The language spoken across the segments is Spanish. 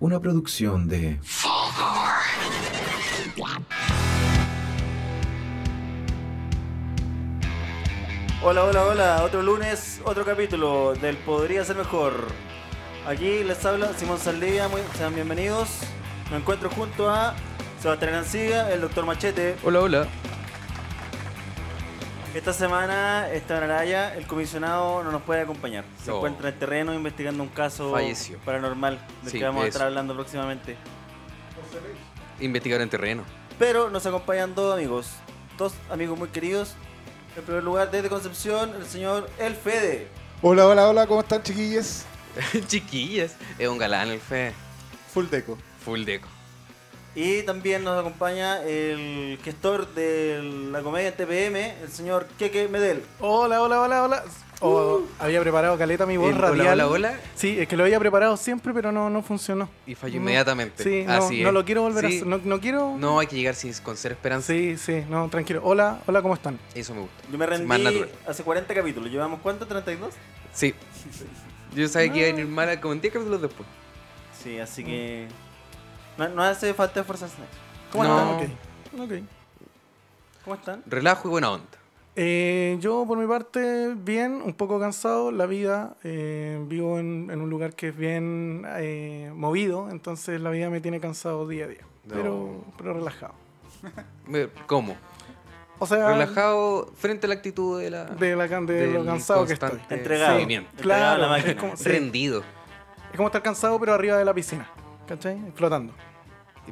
Una producción de... Hola, hola, hola. Otro lunes, otro capítulo del Podría Ser Mejor. Aquí les habla Simón Saldivia. Muy, sean bienvenidos. Me encuentro junto a Sebastián Ancilla, el Doctor Machete. Hola, hola. Esta semana, Esteban Araya, el comisionado, no nos puede acompañar. Se No. encuentra en terreno investigando un caso Falleció. paranormal del Sí, que vamos a eso. estar hablando próximamente. Investigar en terreno. Pero nos acompañan dos amigos, dos amigos muy queridos. En primer lugar, desde Concepción, el señor El Fede. Hola, hola, hola, ¿cómo están chiquillas? Chiquillas. Es un galán el fe. Full deco. Full deco. Y también nos acompaña el gestor de la comedia en TPM, el señor Keke Medel. Hola, hola, hola, hola. Oh, había preparado caleta mi voz El Eh, hola, radial. hola, hola. Sí, es que lo había preparado siempre, pero no, no funcionó. Y falló No. inmediatamente. Sí, no, Así no es. lo quiero volver a Sí. hacer. No, no quiero. No hay que llegar sin, con ser esperanza. Sí, sí, no, tranquilo. Hola, hola, ¿cómo están? Eso me gusta. Yo me rendí Más natural. hace 40 capítulos. ¿Llevamos cuánto? ¿32? Sí. Yo sabía que iba a venir mal como en 10 capítulos después. Sí, así que. No, no hace falta esforzarse. ¿Cómo No. están? Ok. ok. ¿Cómo están? Relajo y buena onda. Eh, yo, por mi parte, bien, un poco cansado. La vida, eh, vivo en, en un lugar que es bien eh, movido, entonces la vida me tiene cansado día a día. No. Pero, pero relajado. Me- ¿Cómo? O sea, Relajado frente a la actitud de la... Ah. de, la, can- de lo del cansado que estoy. constante Entregado. Sí, bien. movimiento. Entregado a la Claro, máquina. es como, sí, Rendido. es como estar cansado pero arriba de la piscina, ¿cachai? Flotando.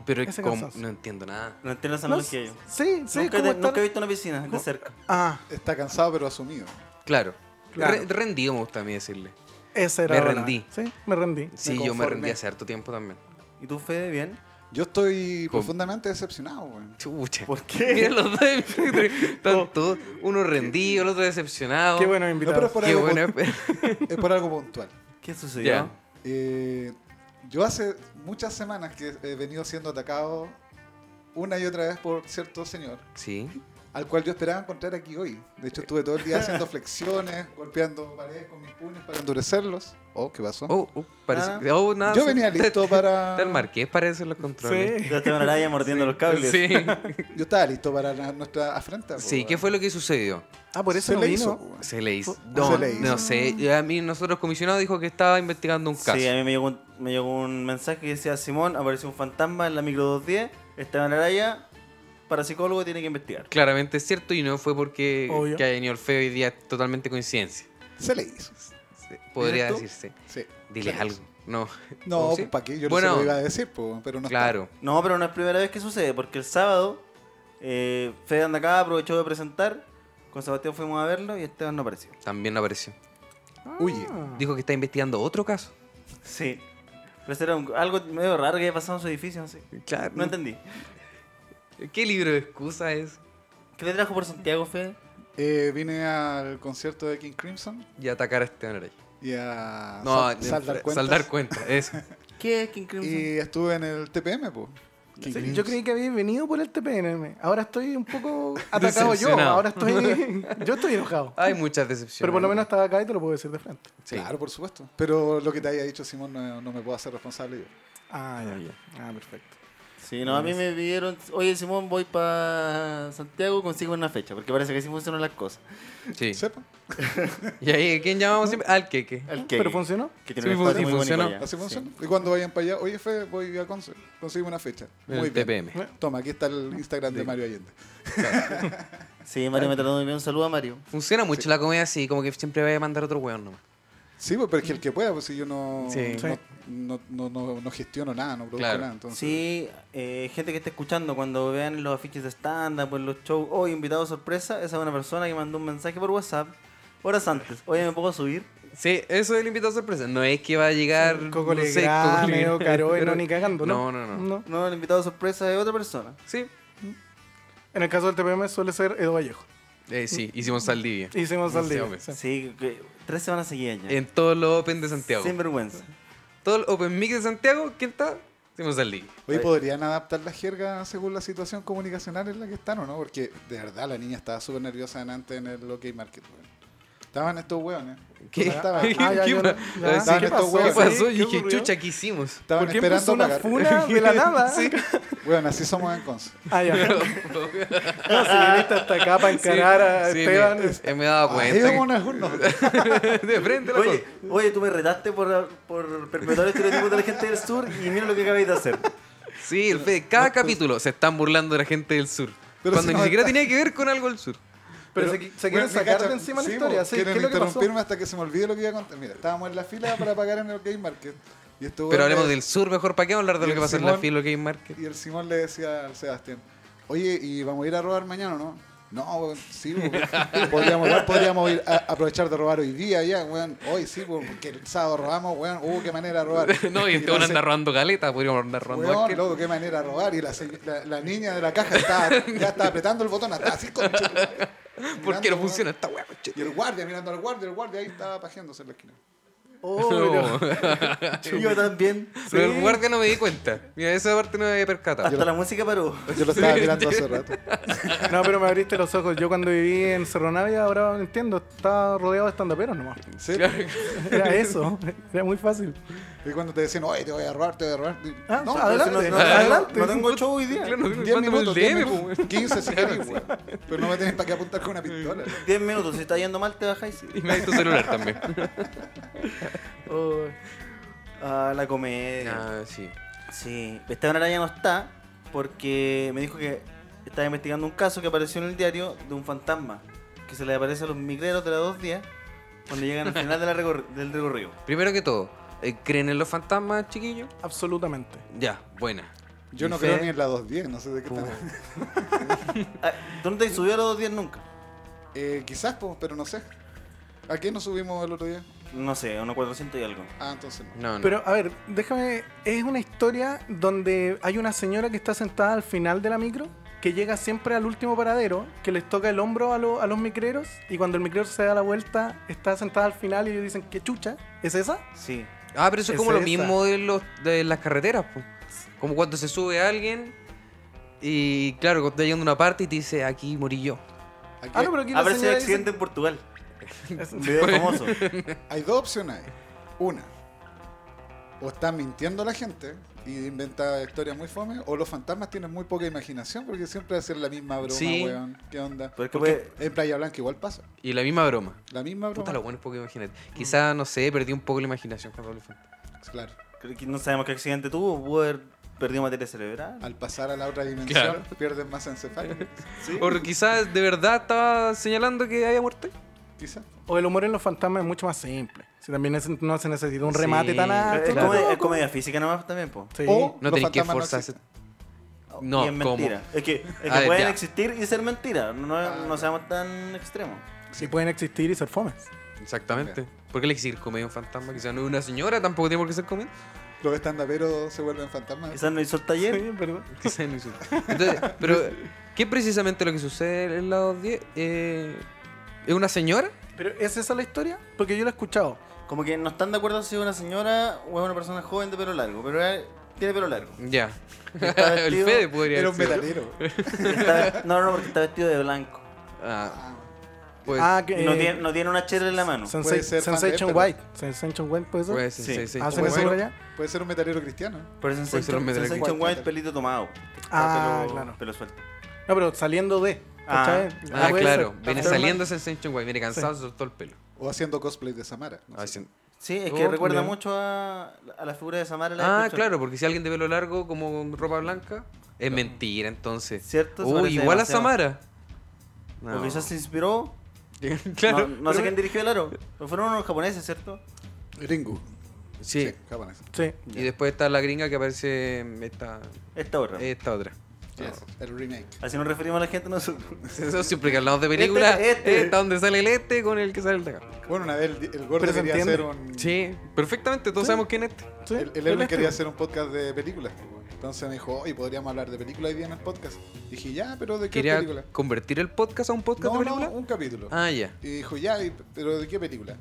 Pero es Ese como- cansancio. no entiendo nada. No entiendo esa No, analogía yo. sí, sí, nunca, como te- nunca estar- he visto una piscina de cerca. Ah, Está cansado pero asumido. Claro. Claro. Re- rendido me gusta a mí decirle. esa era Me la- rendí. Sí, me rendí. Sí, Me yo me conformé. rendí hace harto tiempo también. ¿Y tú, Fede, bien? Yo estoy ¿Cómo? profundamente decepcionado, weón. Chucha. ¿Por qué? Mira los dos. Están todos. Uno rendido, el otro decepcionado. Qué bueno No, invitado. pero es por, Qué algo, bueno. pun- es por algo puntual. ¿Qué sucedió? Ya. Eh, yo hace muchas semanas que he venido siendo atacado una y otra vez por cierto señor, Sí. al cual yo esperaba encontrar aquí hoy. De hecho, estuve todo el día haciendo flexiones, golpeando paredes con mis puños para endurecerlos. Oh, ¿qué pasó? Oh, oh, parece. Ah. oh, nada, yo sí. venía listo para... Está el marqués, parece los controles. Sí. Ya te van a la mordiendo los cables. Sí. Yo estaba listo para la- nuestra afrenta. Sí, po, ¿qué weón. fue lo que sucedió? Ah, por eso Se no le vino. hizo, po, weón. Se le hizo. Se No, le hizo. no sé. A mí, nosotros, comisionado, dijo que estaba investigando un caso. Sí, a mí me llegó, un, me llegó un mensaje que decía Simón, apareció un fantasma en la micro 210, Esteban Araya, parapsicólogo, tiene que investigar. Claramente es cierto y no fue porque Obvio. que haya venido el feo hoy día totalmente coincidencia. Se le hizo. Sí, Podría ¿Cierto? decirse. Sí. Diles Claro. algo. No. No, ¿Sí? ¿para qué? Yo Bueno, no se lo iba a decir, po, pero no claro. No, pero no es primera vez que sucede, porque el sábado eh, Fede anda acá, aprovechó de presentar, con Sebastián fuimos a verlo y Esteban no apareció. También apareció. está. Huye. Ah. Dijo que está investigando otro caso. Sí. Pero eso era un- algo medio raro que había pasado en su edificio, no sé. Claro. No entendí. ¿Qué libro de excusa es? ¿Qué te trajo por Santiago, Fede? Eh, vine al concierto de King Crimson Y atacar a Esteban Araya. y Ah, a No, sal- de- saldar cuentas. saldar cuenta, eso. ¿Qué es King Crimson? Y estuve en el TPM, po. King Sí, Crimson. yo creí que había venido por el TPNM. Ahora estoy un poco atacado yo. Decepcionado. Ahora estoy. yo estoy enojado. Hay muchas decepciones. Pero por lo menos estaba acá y te lo puedo decir de frente. Sí. Claro, por supuesto. Pero lo que te haya dicho Simón no, no me puedo hacer responsable yo. Ah, ya, ya. Ah, perfecto. Sí, no, a mí me pidieron, oye Simón, voy para Santiago, consigo una fecha, porque parece que así funcionan las cosas. Sí. ¿Sepa? ¿Y ahí a quién llamamos siempre? Al Keke. Al que- Pero funcionó. que Sí, un espacio sí, muy bonito funcionó. allá. Sí. Así funciona. Y cuando vayan para allá, oye, Fe, voy a Conce. Conseguimos una fecha. En Muy el bien. TPM. Toma, aquí está el Instagram de Mario Allende. Sí, Mario me trató muy bien. Un saludo a Mario. Funciona mucho la comedia así, como que siempre vaya a mandar otro weón nomás. Sí, pues, pero es que el que pueda, pues si yo no, Sí. no, no, no, no- no gestiono nada, no produzco Claro. nada. Entonces, Sí, eh, gente que está escuchando, cuando vean los afiches de stand-up, en los shows, hoy invitado sorpresa, esa es una persona que mandó un mensaje por WhatsApp horas antes. Oye, ¿me puedo subir? Sí, eso es el invitado sorpresa. No es que va a llegar. Coco no sé, Coco Legrand, eh. Legrand. Edo Caroe, no, ni cagando, ¿no? No, no, no. No, el invitado sorpresa es otra persona. Sí. En el caso del TPM suele ser Edo Vallejo. Eh, sí, hicimos Saldivia. Hicimos No al sé, día. hombre. sí. Sí, que- tres semanas seguidas ya. En todos los Open de Santiago. Sin vergüenza. Todo el Open Mic de Santiago, ¿quién está? Hicimos Saldivia. Oye, ¿podrían adaptar la jerga según la situación comunicacional en la que están o no? Porque de verdad la niña estaba súper nerviosa antes en el OK Market. weón. Estaban estos hueones ¿Qué, Estaba- ¿Qué- Ah, ya, qué yo pa- no- ya. a decir, ¿Qué ¿qué pasó? pasó? ¿Qué pasó? Sí, Y ¿qué dije, ocurrió? chucha, ¿qué hicimos? Estaban ¿Por qué puso esperando una pagar. funa de la nada? Bueno, así somos en Conce. Ah, ya. No, si viniste hasta acá para encarar a Sí, Esteban. me, me he dado Ahí cuenta. vamos a uno. que- de frente la Oye, cosa. oye, tú me retaste por, por perpetuar estereotipos de la gente del sur y mira lo que acabáis de hacer. Sí, el Fede, cada capítulo se están burlando de la gente del sur. Pero cuando ni si no siquiera está- tenía que ver con algo del sur. Pero, se, se quieren sacar de cachan, encima sí, la historia. po, Sí, ¿Qué quieren es lo que pasó? interrumpirme hasta que se me olvide lo que iba a contar. Mira, estábamos en la fila para pagar en el Game Market. Y esto Pero hablemos del sur mejor, ¿para qué hablar de Y lo el que pasa en la Simón- Filo Game Market? Y el Simón le decía al Sebastián, oye, ¿y vamos a ir a robar mañana no? No, weón, sí, weón. podríamos, igual podríamos ir a- aprovechar de robar hoy día ya, weón. Hoy sí, weón, porque el sábado robamos, weón. Uh, qué manera de robar. No, y este entonces, van a andar robando galeta, podríamos andar robando Weón, cualquier- loco, qué manera de robar. Y la, se- la- la niña de la caja estaba, ya estaba apretando el botón hasta así, concha. ¿Por qué Mirando, no weón. funciona esta weá, conche? Y el guardia, mirando al guardia, el guardia ahí estaba pajeándose en la esquina. Oh, No. pero- Yo también. Pero el guardia no me di cuenta. Mira, esa parte no me había percatado. Hasta la música paró. Yo lo estaba mirando hace rato. No, pero me abriste los ojos. Yo cuando viví en Cerro Navia, ahora entiendo, estaba rodeado de estandaperos nomás. ¿Sí? Era eso. Era muy fácil. Y cuando te decían, oye, te voy a robar, te voy a robar. y- Ah, no, adelante. no, no, no, adelante. no tengo show hoy día. Claro, no, 10 mándame el minutos, 10 DM, po, minutos, weón. 15 si querés, weón. Pero no me tenés para qué apuntar con una pistola. 10 minutos, si está yendo mal, te bajáis. Y me da tu celular también. Ah, la comedia. Ah, sí. Sí. Esteban Araya no está porque me dijo que estaba investigando un caso que apareció en el diario de un fantasma que se le aparece a los migreros de las dos días cuando llegan al final de la recor- del recorrido. Primero que todo, eh, ¿creen en los fantasmas, chiquillos? Absolutamente. Ya, buena. Yo no Fe- creo ni en la 210, no sé de qué están. Ah, ¿Tú no te has subido a los dos días nunca? Eh, quizás, po, pero no sé. ¿A qué nos subimos el otro día? No sé, a unos 400 y algo. Ah, entonces no. No, no. Pero a ver, déjame. Es una historia donde hay una señora que está sentada al final de la micro, que llega siempre al último paradero, que les toca el hombro a, lo- a los micreros, y cuando el micrero se da la vuelta, está sentada al final y ellos dicen, ¿qué chucha? ¿Es esa? Sí. ah, pero eso es es como lo esa. mismo de, los, de las carreteras, po. Como cuando se sube alguien y, claro, cuando está llegando a una parte y te dice, aquí morí yo. Aquí Ah, no, pero aquí la Aparece un señora accidente dice, en Portugal. es- Un video famoso. Hay dos opciones ahí. Una, o están mintiendo la gente y inventa historias muy fome, o los fantasmas tienen muy poca imaginación porque siempre hacen la misma broma, Sí. weón. ¿Qué onda? Pero es que Porque en Playa Blanca igual pasa. Y la misma broma. La misma broma. Puta, lo bueno es poco imagínate. Quizá, no sé, perdí un poco la imaginación cuando hablé fantasma. Claro. Creo que No sabemos qué accidente tuvo. Pudo haber perdido materia cerebral. Al pasar a la otra dimensión, Claro. pierden más encefálico. O quizás de verdad estaba señalando que había muerto. Quizás. O el humor en los fantasmas es mucho más simple. Si también es- no se necesita un Sí, remate tan Pero alto. es, Claro. comedia, es comedia Oh. física nomás también, po. Sí. O- No tenés Los que fantasmas no forzarse. existen. No, y es ¿cómo? mentira. Es que, es que A ver, pueden ya. existir y ser mentira. No, no seamos tan extremos. Y pueden existir y ser fomes. Exactamente. ¿Por qué le quisieron comer a un fantasma? Quizás no es una señora, tampoco tiene por qué ser comer. Los estandaperos se vuelven fantasmas. Quizás no hizo el taller. Sí, perdón. Quizás no hizo. Entonces, pero, ¿qué es precisamente lo que sucede en la 210? Eh, ¿Es una señora? Pero ¿es esa la historia? Porque yo la he escuchado. Como que no están de acuerdo si es una señora o es una persona joven de pelo largo. Pero eh, tiene pelo largo. Ya. Está El vestido- Fede pues. podría Era un decir. metalero. Está- no, no, porque está vestido de blanco. Ah, pues, ah, que. no, eh, tiene, no tiene una chela en la mano. Sensa- Puede ser fan Sensation de, White. Sensation White, ¿puede ser? pues, sí, sí. sí, sí. Ah, ¿Hacen Puede eso ser- por allá? Puede ser un metalero cristiano. Por eso Puede ser Sensation los medios Sensation cuatro. White pelito tomado. Ah, pelo, claro. Pelo suelto. No, pero saliendo de. Ah. ¿cachai? Ah, Puede claro. ser. Viene Pero- saliendo ese Sensation White, viene cansado, se soltó el pelo. O haciendo cosplay de Samara. no sé. Ah, sí. Sí, es Oh, que recuerda también. mucho a, a la figura de Samara. la de Ah, Pechon. claro, porque si alguien de pelo largo como con ropa blanca, es mentira entonces. Cierto, se Uy, parece igual a demasiado. Samara. O quizás se inspiró. claro. no no sé pero- quién dirigió el aro. Pero fueron unos japoneses, ¿cierto? Ringu. Sí. japonés. Sí. Y después está la gringa que aparece en esta, Esta otra. esta otra. Yes, Ah, El remake. Así nos referimos a la gente nosotros. Eso siempre que hablamos de películas, Este, este. está donde sale el este con el que sale el de acá. Bueno, una vez el, el gordo Pero se quería entiende. hacer un. Sí, perfectamente, todos sabemos quién es este. sí. El, el Erwin quería hacer un podcast de películas. pues, Entonces me dijo, hoy podríamos hablar de películas hoy día en el podcast. Dije, ya, pero ¿de qué Quería película? convertir el podcast a un podcast No, de no, película. un capítulo. Ah, ya. Y dijo, ya, y- pero ¿de qué película?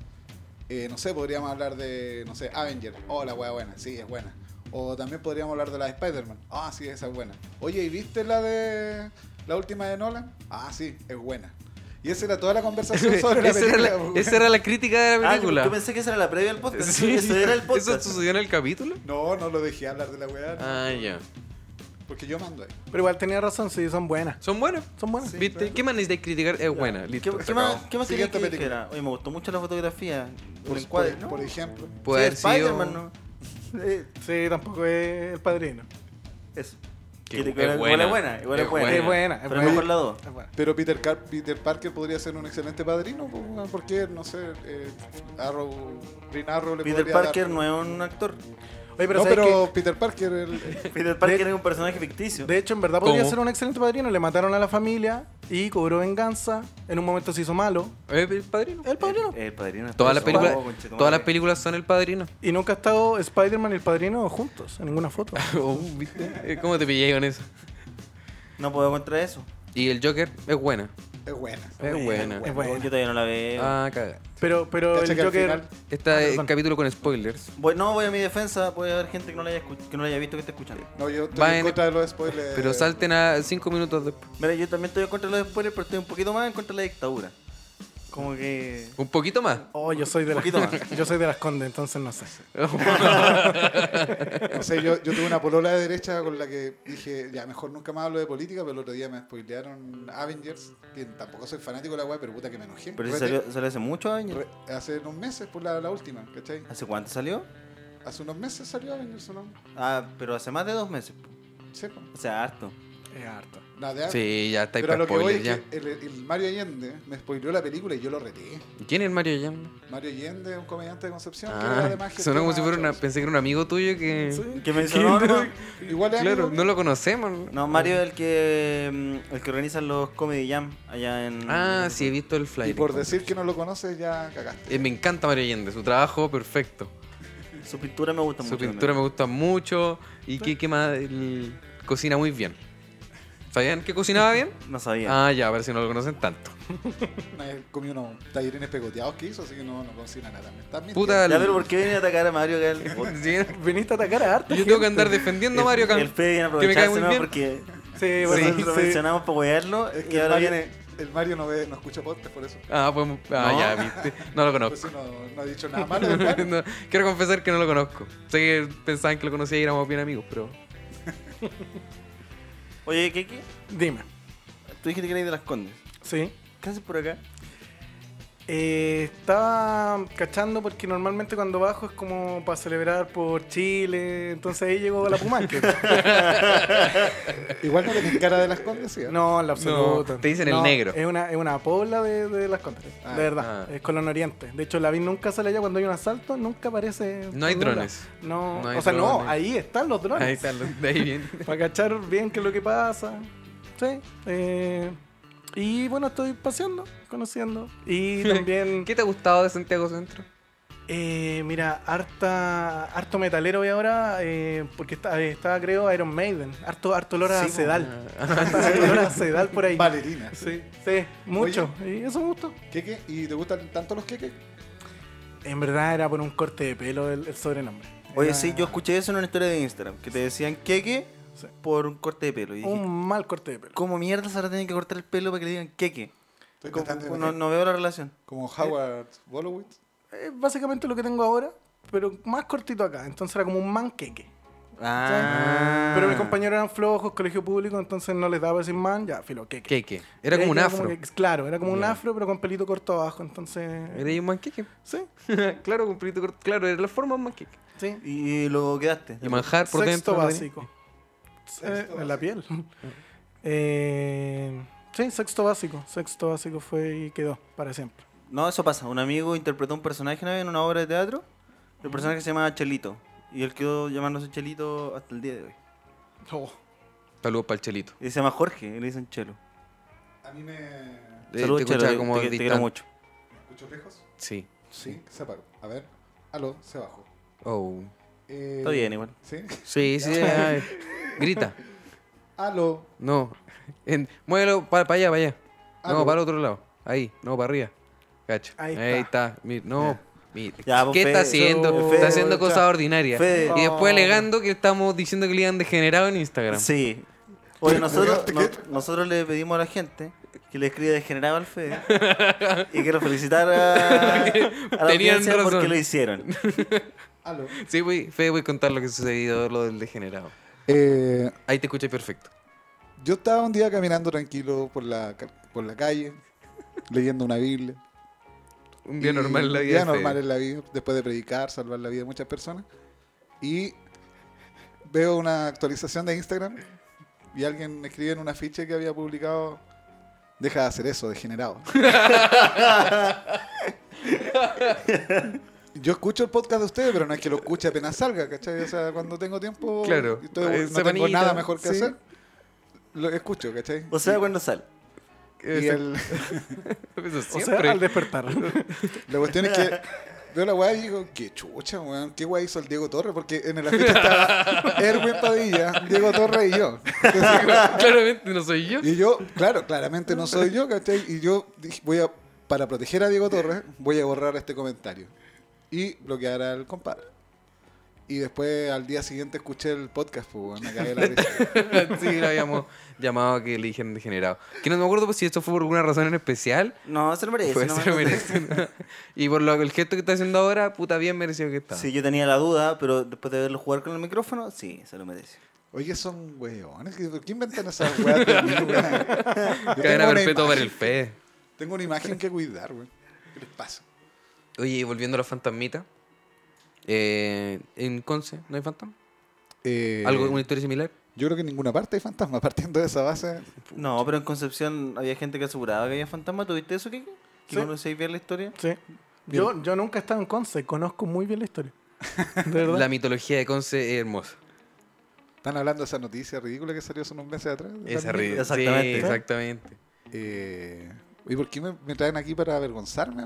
Eh, no sé, podríamos hablar de, no sé, Avenger. Oh, la wea buena, sí, es buena. O también podríamos hablar de la de Spider-Man. Ah, sí, esa es buena. Oye, ¿y viste la de la última de Nolan? Ah, sí, es buena. Y esa era toda la conversación sobre la esa, era película. pues, la, weón. esa era la crítica de la Ah, yo, película. yo pensé que esa era la previa al podcast. Sí, Eso era el podcast. ¿Eso sucedió en el capítulo? No, no lo dejé hablar de la weá. Ah, ya. Porque yo mando ahí. Pero igual tenía razón, sí, son buenas. Son buenos. Son buenas. Sí. ¿Viste? ¿Qué más necesitáis criticar? Es buena, ¿Qué, listo. qué se más, acabó. ¿Qué más querías Siguiente que película. dijera? Oye, me gustó mucho la fotografía. Por- el encuadre, por- ¿no? por ejemplo. Puede Sí, haber sido- Spider-Man, ¿no? Eh, Sí, tampoco es el padrino. Eso. Que Que te- es igual buena. es buena, igual es Es buena. buena. Es buena, es Pero buena. mejor la dos. Es buena. Pero Peter, Car- Peter Parker podría ser un excelente padrino, pues, weón, porque, no sé, eh, Arrow, Green Arrow le Peter podría Parker dar- no es un actor. Oye, pero, no, ¿sabes pero qué? Peter Parker, el- Peter Parker es un personaje ficticio. de hecho, en verdad podría ¿Cómo? ser un excelente padrino. Le mataron a la familia y cobró venganza. En un momento se hizo malo. ¿Eh, el padrino. Eh, El padrino. El padrino. Todas las Oh, películas, conchetumare. todas las películas son el padrino. Y nunca ha estado Spider-Man y el padrino juntos en ninguna foto. Oh, ¿viste? Eh, ¿Cómo te pillé con eso? No puedo contra eso. Y el Joker es buena. es buena. Es buena. Es buena. Yo todavía no la veo. Ah, caga. Pero, pero Cacha el que al Joker. final- Ah, Está el perdón. capítulo con spoilers. Voy- no, voy a mi defensa. Puede haber gente que no la haya, escu- que no la haya visto que esté escuchando. No, yo estoy Va en en- contra de los spoilers. Pero salten a 5 minutos después. Mira, yo también estoy en contra de los spoilers, pero estoy un poquito más en contra de la dictadura. Como que. Un poquito más. Oh, yo soy de las Poquito más. Yo soy de las Condes, entonces no sé. No sé, yo, yo tuve una polola de derecha con la que dije, ya mejor nunca más hablo de política, pero el otro día me spoilearon Avengers, que tampoco soy fanático de la weá, pero puta que me enojé. Pero si Re- salió, salió hace muchos años. re- hace unos meses, por la, la última, ¿cachai? ¿Hace cuánto salió? Hace unos meses salió Avengers, ¿o ¿no? Ah, pero hace más de dos meses. Sí, po. O sea, harto. Es harto. nada de Sí, ya está ahí Pero a para lo que voy es spoilers ya. que el, el Mario Allende me spoileó la película y yo lo reté. ¿Quién es Mario Jam? Mario Allende es un comediante de Concepción que era Ah, además que sonó como si fuera una, Chau. pensé que era un amigo tuyo que ¿Qué me sonó, no? Igual es claro, amigo- no lo conocemos. ¿no? No, Mario es el que mm, el que organiza los Comedy Jam allá en Ah, sí he visto el flyer. Y por decir que no lo conoces ya cagaste. Eh, me encanta Mario Allende, su trabajo perfecto. su pintura me gusta Su mucho. pintura me gusta mucho y que, que más el- cocina muy bien. ¿Sabían que cocinaba bien? también. No sabía. Ah, ya, a ver si no lo conocen tanto. Una vez Comí unos tallerines pegoteados que hizo, así que no, no cocina nada. Me estás mintiendo. Puta, ya, el- pero ¿por qué viene a atacar a Mario acá? El, sí, Viniste a atacar a harto. yo tengo que andar defendiendo a Mario Cam- El Fede viene a que me cae aprovecharse muy ¿no? bien. porque Sí, bueno, nosotros lo sí. mencionamos para huearlo Es que y el ahora Mario, viene el Mario no ve, no escucha podcast por eso. Ah, pues, ah, No. ya, viste. No lo Por conozco. eso no, Pues no ha dicho nada malo del Mario. No, quiero confesar que no lo conozco. Sé que pensaban que lo conocía y éramos bien amigos, pero. Oye, Keke, Dime. tú dijiste que eres de las Condes. Sí. ¿Qué haces por acá? Eh, estaba cachando porque normalmente cuando bajo es como para celebrar por Chile, entonces ahí llegó la Pumanque. Igual no le tiene cara de las condes, ¿sí? No, en lo absoluto. No, te dicen el No, negro. Es una, es una pobla de, de las contras, Ah, de verdad. ah. Es Colón Oriente. De hecho, la vi nunca sale allá cuando hay un asalto, nunca aparece. No hay por ningún drones. lado. No, No hay o sea, no, drones. ahí están los drones. Ahí están, los- de ahí viene. Para cachar bien qué es lo que pasa. Sí. eh, y bueno, estoy paseando, conociendo. Y también. ¿Qué te ha gustado de Santiago Centro? Eh, mira, harta, harto metalero hoy ahora, eh, porque está, eh, estaba, creo, Iron Maiden. Harto, harto olor a Sí, po. sedal. Ah, Harto olor a sedal por ahí. Valerina. Sí, sí, mucho. Y eso me gustó. ¿Queque? ¿Y te gustan tanto los queques? En verdad era por un corte de pelo el, el sobrenombre. Oye, Era sí, yo escuché eso en una historia de Instagram, que te decían Keke Sí. por un corte de pelo. Y dije, Un mal corte de pelo. ¿cómo mierda se ahora tienen que cortar el pelo para que le digan Keke? Estoy Como- tratando de no, eh. meter- no veo la relación. Como Howard Wolowitz. Es básicamente lo que tengo ahora, pero más cortito acá. Entonces era como un manqueque. ¿sabes? Ah. Pero mis compañeros eran flojos, colegio público, entonces no les daba sin man, ya, filo, queque. Queque. Era como un Era afro. que- claro, era como un Ya. afro, pero con pelito corto abajo, entonces... Era ahí un manqueque. Sí, claro, con pelito corto. Claro, era la forma de un manqueque. sí. Y luego quedaste. Y manjar por Sexto dentro. ¿no? básico. Sexto Eh, en la piel. Eh, sí, sexto básico. Sexto básico fue y quedó para siempre. No, eso pasa. Un amigo interpretó un personaje una vez en una obra de teatro. Mm. El personaje se llamaba Chelito. Y él quedó llamándose Chelito hasta el día de hoy. Oh, Saludos para el chelito. Y se llama Jorge, y le dicen Chelo. A mí me. ¿Me Eh, Saludos, te Chelo. escuchaba te- como te, te quiero distan- mucho. escucho lejos? Sí. Sí, se apagó. A ver. Aló, se bajó. Oh. Eh, Está bien, igual. ¿Sí? Sí, sí. ay. Grita. Aló. No. En, muévelo para allá, para allá. Ah, no, pero- para el otro lado. Ahí, no, para arriba. Cacho. Ahí está. Mi- no. mi- Ya, pues, ¿Qué Fede, está haciendo? yo- está Fede, haciendo ya. cosas ordinarias. Fede. Y después alegando que estamos diciendo que le han degenerado en Instagram. Sí. Oye, nosotros, ¿Te no- quedaste nosotros le pedimos a la gente que le escribe degenerado al Fede. y quiero felicitar a, a la Tenían audiencia porque razón. lo hicieron. Aló. Sí, voy, Fede, voy a contar lo que sucedió, lo del degenerado. Eh, Ahí te escuché perfecto. Yo estaba un día caminando tranquilo por la, ca- por la calle, leyendo una Biblia. Un día Y- normal en la un vida. día de Fede. normal en la vida, después de predicar, salvar la vida de muchas personas. Y veo una actualización de Instagram y alguien escribe en una ficha que había publicado, deja de hacer eso, degenerado. Yo escucho el podcast de ustedes, pero no es que lo escuche apenas salga, ¿cachai? O sea, cuando tengo tiempo Claro. y estoy- Eh, no tengo semanita, nada mejor que sí. hacer, lo escucho, ¿cachai? O sea, cuando sale. Y el- Eso O sea, siempre. al despertar. La cuestión es que veo la weá y digo, qué chucha, weón, qué weá hizo el Diego Torres, porque en el afiche estaba Erwin Padilla, Diego Torres y yo. Entonces, Claramente no soy yo. y yo, claro, claramente no soy yo, ¿cachai? Y yo dije, voy a, para proteger a Diego Torres, voy a borrar este comentario y bloquear al compadre. Y después al día siguiente escuché el podcast, pues, weón, me cagué la risa. sí, lo habíamos llamado a que le dijeran degenerado. Que no me acuerdo pues, si esto fue por alguna razón en especial. No, se lo merece. Pues no se me- lo merecen. y por lo, el gesto que está haciendo ahora, puta bien merecido que está. Sí, yo tenía la duda, pero después de verlo jugar con el micrófono, sí, se lo merece. Oye, son weones, ¿por qué inventan esas weas? de mí, weón? Yo tengo Cadena una perpetua para el imagen- fe. Tengo una imagen que cuidar, weón. ¿Qué les pasa? Oye, y volviendo a la fantasmita. eh, en Conce, ¿no hay fantasma? Eh, ¿Algo, una historia similar? Yo creo que en ninguna parte hay fantasmas. Partiendo de esa base, No, pero en Concepción había gente que aseguraba que había fantasma. ¿Tuviste eso, Kike? ¿Que Sí. conocéis bien la historia? Sí. Yo, yo nunca he estado en Conce, conozco muy bien la historia. De verdad. La mitología de Conce es hermosa. están hablando de esa noticia ridícula que salió hace unos meses atrás. Es También. horrible. Exactamente. Sí, exactamente. Eh, ¿Y por qué me, me traen aquí para avergonzarme?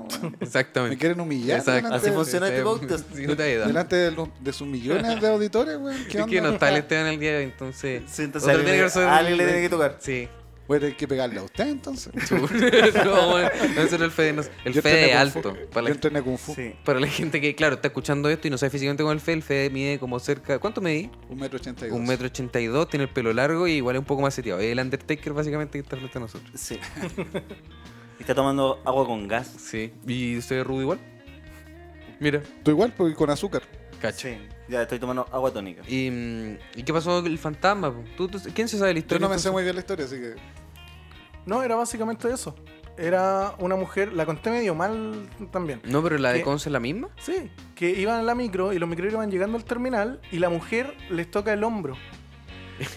weón? Exactamente. me quieren humillar. Exacto. delante Así de- funciona este Sí, podcast. sí, no te ayuda. Delante de, los- de sus millones de auditores, weón. ¿Qué Es que no onda? está el Esteban el día de hoy, entonces. Sí, entonces otro alguien tiene que le- hacer- alguien le tiene que tocar. Sí. Voy a tener que pegarle a usted entonces. Chu- no, bueno, no es solo el Fede. no- el Yo Fede entrené es Kung Fu. alto. Para Yo la, entrené Kung Fu. Sí. para la gente que, claro, está escuchando esto y no sabe físicamente cómo es el Fede, el Fede mide como cerca. ¿Cuánto medí? Un metro ochenta y dos. Un metro ochenta y dos, tiene el pelo largo y igual es un poco más seteado. Es El Undertaker, básicamente, que está frente a nosotros. Sí. Está tomando agua con gas. Sí. ¿Y usted es rudo igual? Mira. Tú igual, porque con azúcar. Cacho. Sí. Ya estoy tomando agua tónica. ¿Y, mm, ¿y qué pasó con el fantasma? po? ¿Tú, tú- quién se sabe la Yo historia? no me sé entonces? muy bien la historia, así que. No, era básicamente eso. Era una mujer, la conté medio mal también. No, pero la de ¿Qué? Conce es la misma. Sí, que iban en la micro y los micros iban llegando al terminal y la mujer les toca el hombro.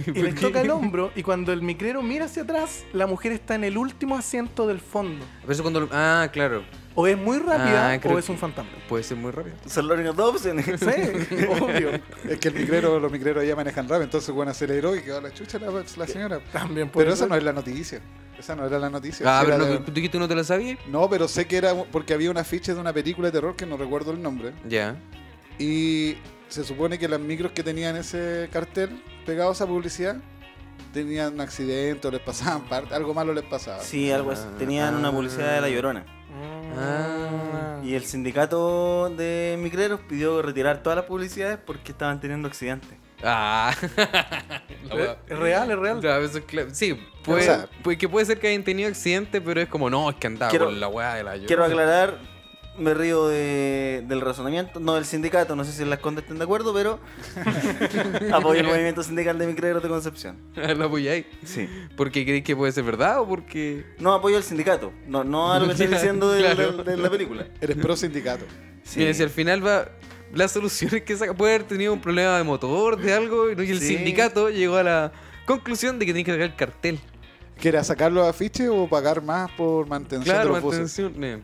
Y les toca el hombro y cuando el micrero mira hacia atrás, la mujer está en el último asiento del fondo. Pero eso cuando lo- Ah, claro. O es muy rápida Ah, creo o es que- un fantasma. Puede ser muy rápido. Son las únicas dos opciones. Sí, obvio. Es que el micrero, los micreros allá manejan rápido, entonces van a hacer héroe y que va la chucha la, la señora. También puede Pero esa ser. no es la noticia. Esa no era la noticia. Ah, Sí pero era no, de- tú dijiste que no te la sabías. No, pero sé que era porque había una ficha de una película de terror que no recuerdo el nombre. Ya. Y se supone que las micros que tenían ese cartel pegado a esa publicidad tenían accidentes o les pasaban parte, algo malo les pasaba. Sí, algo así. Tenían una publicidad de La Llorona. Ah. Y el sindicato de micreros pidió retirar todas las publicidades porque estaban teniendo accidentes. Ah. La Es wea. Eh, es real, es real. Ya, eso es cla- Sí, puede, O sea- puede- que puede ser que hayan tenido accidente, pero es como, no, es que andaba Quiero- con la weá de la llorona. Quiero aclarar, me río de- del razonamiento, no del sindicato, no sé si en las condes estén de acuerdo, pero apoyo el movimiento sindical de micreros de Concepción. Lo apoyáis. Sí. ¿Porque creéis que puede ser verdad o porque.? No, apoyo al sindicato, no, no a lo que estoy diciendo del- Claro. del- de, la película. Eres pro sindicato. Sí. Mira, si al final va. La solución es que saca- puede haber tenido un problema de motor, de algo, y el Sí. sindicato llegó a la conclusión de que tenía que sacar el cartel. ¿Que era sacar los afiches o pagar más por mantención Claro, de los buses? mantención. eh.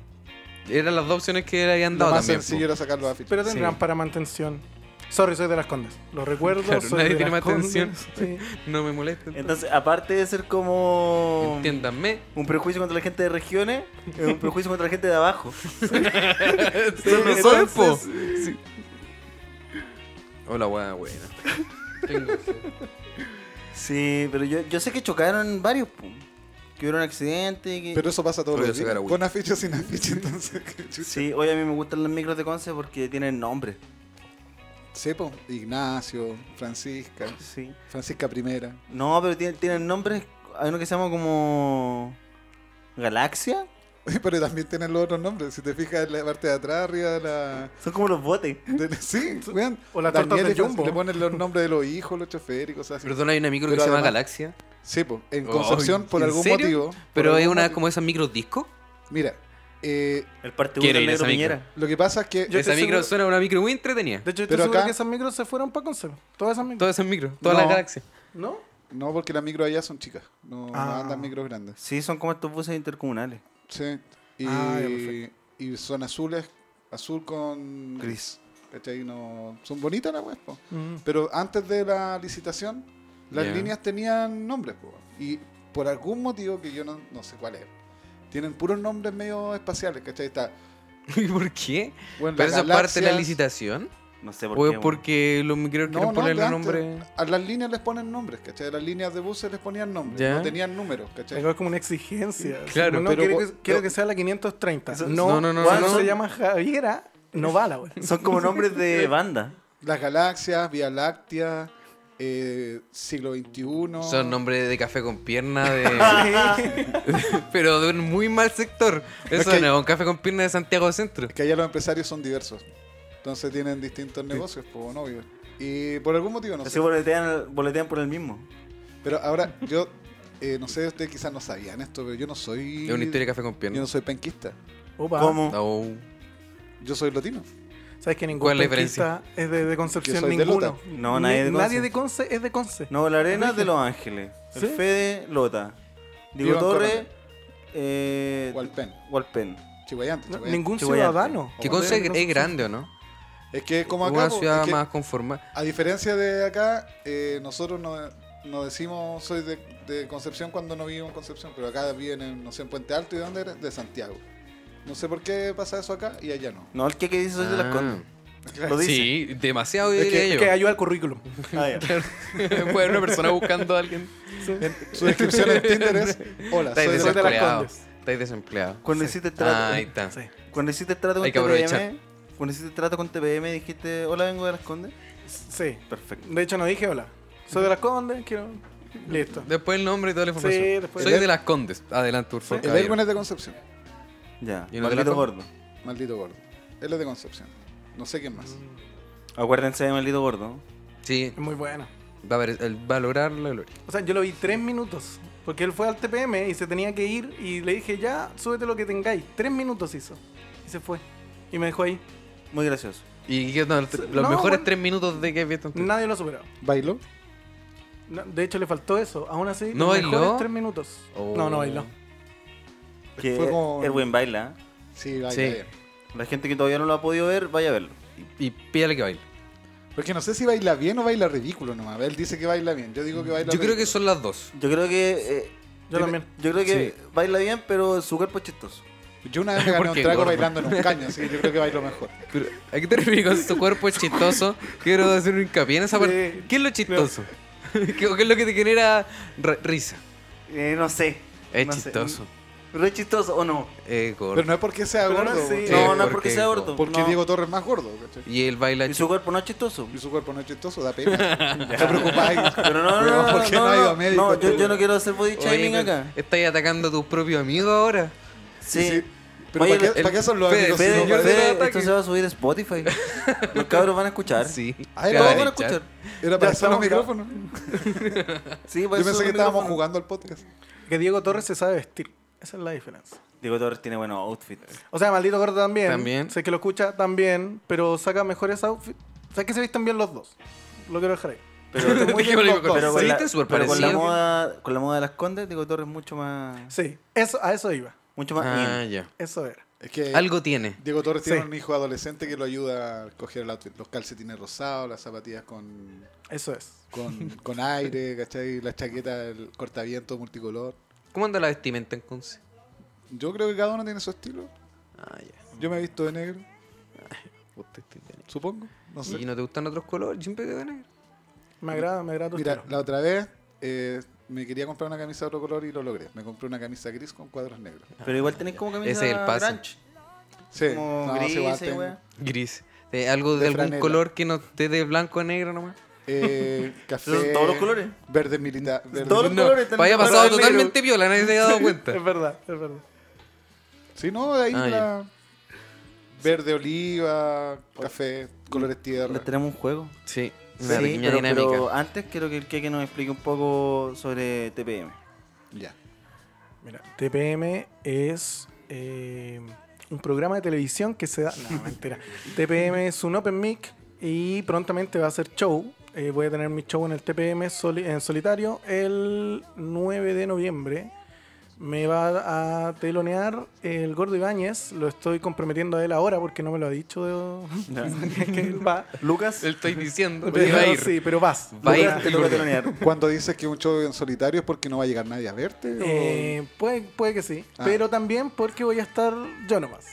Eran las dos opciones que le habían Lo dado más también. sencillo po. era sacar los afiches. Pero tendrán Sí. para mantención. Sorry, soy de las Condes. Lo recuerdo. Claro, soy nadie de tiene Las mantención. Condes. Sí. No me molesta. Entonces, aparte de ser um, como... Entiéndanme. Un prejuicio contra la gente de regiones, es un prejuicio contra la gente de abajo. Son los soy, po. entonces- Sí. Hola, buena, buena. Tengo fe. Sí, pero yo, yo sé que chocaron varios, pum. Que hubo un accidente. Que... Pero eso pasa todos Voy a los días. sacar agüita. Con afiche o sin afiche, entonces. qué chucha. Sí, hoy a mí me gustan los micros de Conce porque tienen nombre. Sepo, Ignacio, Francisca, Sí. Francisca Primera. No, pero tienen, tienen nombres. Hay uno que se llama como. ¿Galaxia? Pero también tienen los otros nombres. Si te fijas en la parte de atrás, arriba de la. Son como los botes. de- sí, weón. O las Daniel tortas del y cosas- Jumbo. Le ponen los nombres de los hijos, los choferes y cosas así. Perdón, hay una micro Pero que se llama además- Galaxia. Sí, pues. En Oh, Concepción, por ¿en algún serio? motivo. por Pero algún es una motivo- como esas micros disco. Mira, eh, El parte 1 Quiero del ir a negro esa micro. Piñera. lo que pasa es que. Yo esa estoy micro seguro- suena una micro muy entretenida. De hecho, estoy Pero seguro acá- que esas micros se fueron para Concepción. Todas esas micros. Todas esas micros, todas No. las galaxias. ¿No? No, porque las micros allá son chicas. No, no Ah. andan micros grandes. Sí, son como estos buses intercomunales. Sí. Y, Ah, ya, perfecto. y son azules, azul con gris. ¿Cachai? No, son bonitas las weas, po. Mm. Pero antes de la licitación, las Ya. líneas tenían nombres, po. Y por algún motivo que yo no, no sé cuál es, tienen puros nombres medio espaciales, ¿cachai? Está, ¿Y por qué? bueno, ¿Pero las eso es parte de la galaxias- licitación? No sé por ¿O qué. es weón. porque los micros quieren ponerle antes, nombre? A las líneas les ponen nombres, ¿cachai? A las líneas de buses les ponían nombres, Ya. no tenían números, ¿cachai? Pero es como una exigencia. Claro, Como, no, pero quiero, vos- que, quiero no. que sea la 530. Eso- no, no, no, no, Juan no. se llama Javiera, no va la wea. Son como nombres de banda. Las galaxias, Vía Láctea, eh, siglo XXI. Son nombres de café con pierna, de... pero de un muy mal sector. Eso Ok. no, un café con pierna de Santiago Centro. Es que allá los empresarios son diversos. Entonces tienen distintos negocios, pues, obvio. Y por algún motivo, no Así sé. boletean, boletean por el mismo. Pero ahora, yo, eh, no sé, ustedes quizás no sabían esto, pero yo no soy. Es una historia de café con Yo pierna. Oh. no soy penquista. Opa. ¿Cómo? No. Yo soy latino. ¿Sabes que ningún ¿Cuál es la penquista es de, de Yo Concepción? soy de Ninguno. Lota. No, nadie de Ni- Conce. Conce es de Conce. No, la arena es de Los Ángeles. El ¿Sí? Fede Lota. Diego Iván Torre. Correa. Eh, Walpen, Walpen. Chihuayante, No, Chihuayante. ningún Chihuayante. ciudadano. Que Ojalá. cosa Conce- es grande, ¿o no? Es que como acá. Una po, ciudad es que más conformada. A diferencia de acá, eh, nosotros no, no decimos soy de, de Concepción cuando no vivimos en Concepción, pero acá viven, en, no sé, en Puente Alto y dónde eres? De Santiago. No sé por qué pasa eso acá y allá no. No, el que, que dice soy de las Condes. Lo dice. Ah. Sí, demasiado Es que- diría Es yo. que ayuda al currículum. Ah, ya. Puede haber una persona buscando a alguien. Su descripción en Tinder es: Hola, soy Estáis de la- desempleado. Condes. Estáis desempleado. Cuando hiciste trato. Ah, ahí está. Sí. Cuando hiciste trato con Hay que TPM. Cuando hiciste trato con TPM dijiste, hola, vengo de las Condes. sí. Perfecto. De hecho, no dije hola. Soy de las Condes, quiero. Listo. Después el nombre y toda la información. Sí, después- Soy de las Condes. Adelante, por favor. El caballero. Erwin es de Concepción. Ya. ¿Y no de Maldito las gordo. Maldito gordo. Él es de Concepción. No sé quién más. Acuérdense de maldito gordo. Sí, Es muy bueno. va a, haber- el valorar la gloria. O sea, yo lo vi tres minutos. Porque él fue al TPM y se tenía que ir. Y le dije, ya, súbete lo que tengáis. Tres minutos hizo. Y se fue. Y me dejó ahí. Muy gracioso. Y que no, los No, mejores bueno. tres minutos de que he visto en tu- Nadie lo superó. ¿Bailó? No, de hecho, le faltó eso. Aún así, ¿No los bailó? mejores tres minutos. Oh. No, no bailó. Que Fue como- Erwin baila. Sí, bailó. Sí. bien. La gente que todavía no lo ha podido ver, vaya a verlo. Y pídale que baile. Porque no sé si baila bien o baila ridículo nomás. Él dice que baila bien. Yo digo que baila Yo creo que ridículo. son las dos. Yo creo que. eh, Yo también. Yo creo que baila bien, pero su cuerpo es chistoso. Yo una vez me gané Porque un trago gordo. bailando en un caño, así que yo creo que bailo mejor. Pero, ¿A qué te refieres con su cuerpo es chistoso? Quiero hacer un hincapié en esa parte. Sí. ¿Qué es lo chistoso? ¿Qué, qué es lo que te genera ra- risa? Eh, no sé. Es No sé. chistoso. ¿Pero es chistoso o no? Es gordo. Pero no es porque sea Pero gordo, no sé. porque- Eh, no, no es porque- porque sea gordo. porque no. Diego Torres es más gordo, ¿cachai? Y él baila Y su chistoso. cuerpo no es chistoso. Y su cuerpo no es chistoso, da pena. Te preocupáis. Pero no, no, no, no, ¿Por qué no, no, ha ido a no, médico? no, yo, yo no quiero hacer body shaming acá. Estás atacando a tus propios amigos ahora. Sí. sí. Pero Oye, ¿para, qué, el- para qué son los Fede, amigos? si Fede, no señor parece- Fede, del ataque. esto se va a subir a Spotify. Los cabros van a escuchar. Sí. Ay, Te no, van a bueno, linchar. escuchar. Era para hacer Ya los estamos micrófonos. Pues Sí, pues, Yo para eso pensé el que estábamos micrófono. jugando al podcast. Que Diego Torres se sabe vestir. Esa es la diferencia. Diego Torres tiene buenos outfits. O sea, maldito gordo también. También. Sé que lo escucha también, pero saca mejores outfits. O sea, que se visten bien los dos. Lo quiero dejar ahí. Pero, Dejémoslo ahí, pero Se con, la, viste súper pero con la parecido. moda, con la moda de las condes, Diego Torres es mucho más. Sí, eso, a eso iba. Mucho más. Ah, in. ya. Eso era. Es que Algo tiene. Diego Torres tiene Sí. un hijo adolescente que lo ayuda a coger el outfit. Los calcetines rosados, las zapatillas con, Eso es. con, con aire, ¿cachai? La chaqueta, el cortaviento multicolor. ¿Cómo anda la vestimenta entonces? Yo creo que cada uno tiene su estilo. Ah, ya. Yo me he visto de negro, Usted tiene negro. supongo. No sé. ¿Y no te gustan otros colores? Siempre te negro. Me agrada, me agrada tu Mira, estilo. la otra vez eh, me quería comprar una camisa de otro color y lo logré. Me compré una camisa gris con cuadros negros. Pero igual tenés como camisa Ese es el pase. grunge, Sí, Como no, sí, gris, igual esa tengo- wea. Gris. Eh, algo de, De algún franela. color que no esté de blanco a negro nomás. eh, café. Son todos los colores. Verde militar. verde- Todos los colores están- Vaya colores pasado negros. totalmente viola, nadie se ha dado cuenta. Es verdad, es verdad. Sí, no, de ahí Ah, la. Verde oliva, café, colores tierra. Les tenemos un juego. Sí, una Sí, pequeña pero, dinámica. pero antes quiero que el Keke nos explique un poco sobre TPM. Ya. Mira, TPM es eh, un programa de televisión que se da. No, mentira. TPM es un open mic y prontamente va a ser show. Eh, voy a tener mi show en el TPM soli- en solitario el 9 de noviembre. Me va a telonear el Gordo Ibáñez. Lo estoy comprometiendo a él ahora porque no me lo ha dicho que él va. Lucas, Le estoy diciendo, Pero, iba a ir. sí, pero vas. Va a ir. Lucas, te toca telonear. Cuando dices que un show en solitario es porque no va a llegar nadie a verte. o- Eh, puede, puede que sí, Ah. pero también porque voy a estar yo nomás.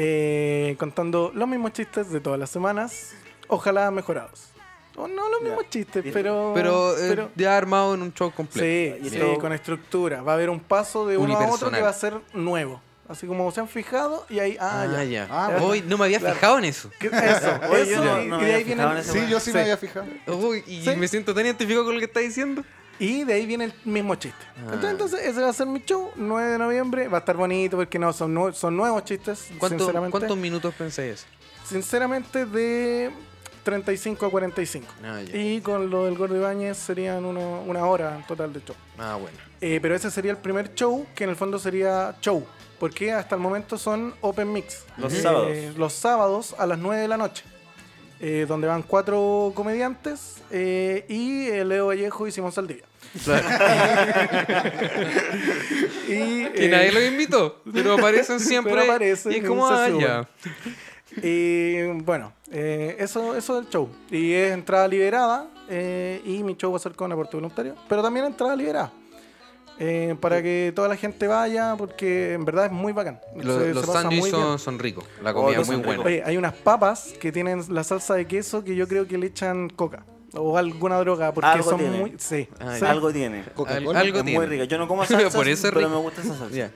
Eh, contando los mismos chistes de todas las semanas, ojalá mejorados. O no los Ya. mismos chistes, Bien. pero... Pero, eh, pero- ya armado en un show completo. sí, Bien. sí, Pero- con estructura. Va a haber un paso de uno a otro Unipersonal. que va a ser nuevo. Así como se han fijado y ahí... Ah, ya. Ah, bueno. Hoy no me había fijado en eso. Que- Eso, Oye, yo eso, no- y, no y me de había ahí fijado en viene... esa Sí, yo sí, Sí. me había fijado. Uy, y Sí. me siento tan identificado con lo que está diciendo. Y de ahí viene el mismo chiste. Entonces, Ah. entonces, ese va a ser mi show, 9 de noviembre. Va a estar bonito porque no, son, nue- son nuevos chistes. ¿Cuánto- sinceramente. ¿Cuántos minutos pensáis eso? Sinceramente, de 35 a 45. Ah, ya. Y con lo del Gordo Ibáñez serían uno- una hora en total de show. Ah, bueno. Eh, pero ese sería el primer show, que en el fondo sería show. Porque hasta el momento son open mix. Los Eh, sábados. Los sábados a las 9 de la noche. eh, donde van cuatro comediantes eh, y eh, Leo Vallejo y Simón Saldivia. y, Que eh, nadie los invitó, pero aparecen siempre. Pero aparecen y es y como, se ah, suben. ya. Y bueno, eh, eso, eso del show. Y es entrada liberada. eh, y mi show va a ser con aporte voluntario. Pero también entrada liberada. eh, para que toda la gente vaya, porque en verdad es muy bacán. Los, Se- los se pasa muy sándwiches bien. son, son ricos, la comida Oh, es muy son buena. ricos. Oye, hay unas papas que tienen la salsa de queso que yo creo que le echan coca o alguna droga, porque Algo son tiene. muy. Sí, Ah, sí, algo tiene. Al- Coca-Cola. algo Es tiene. muy rica. Yo no como salsa, Por eso es pero rico. me gusta esa salsa. Ya.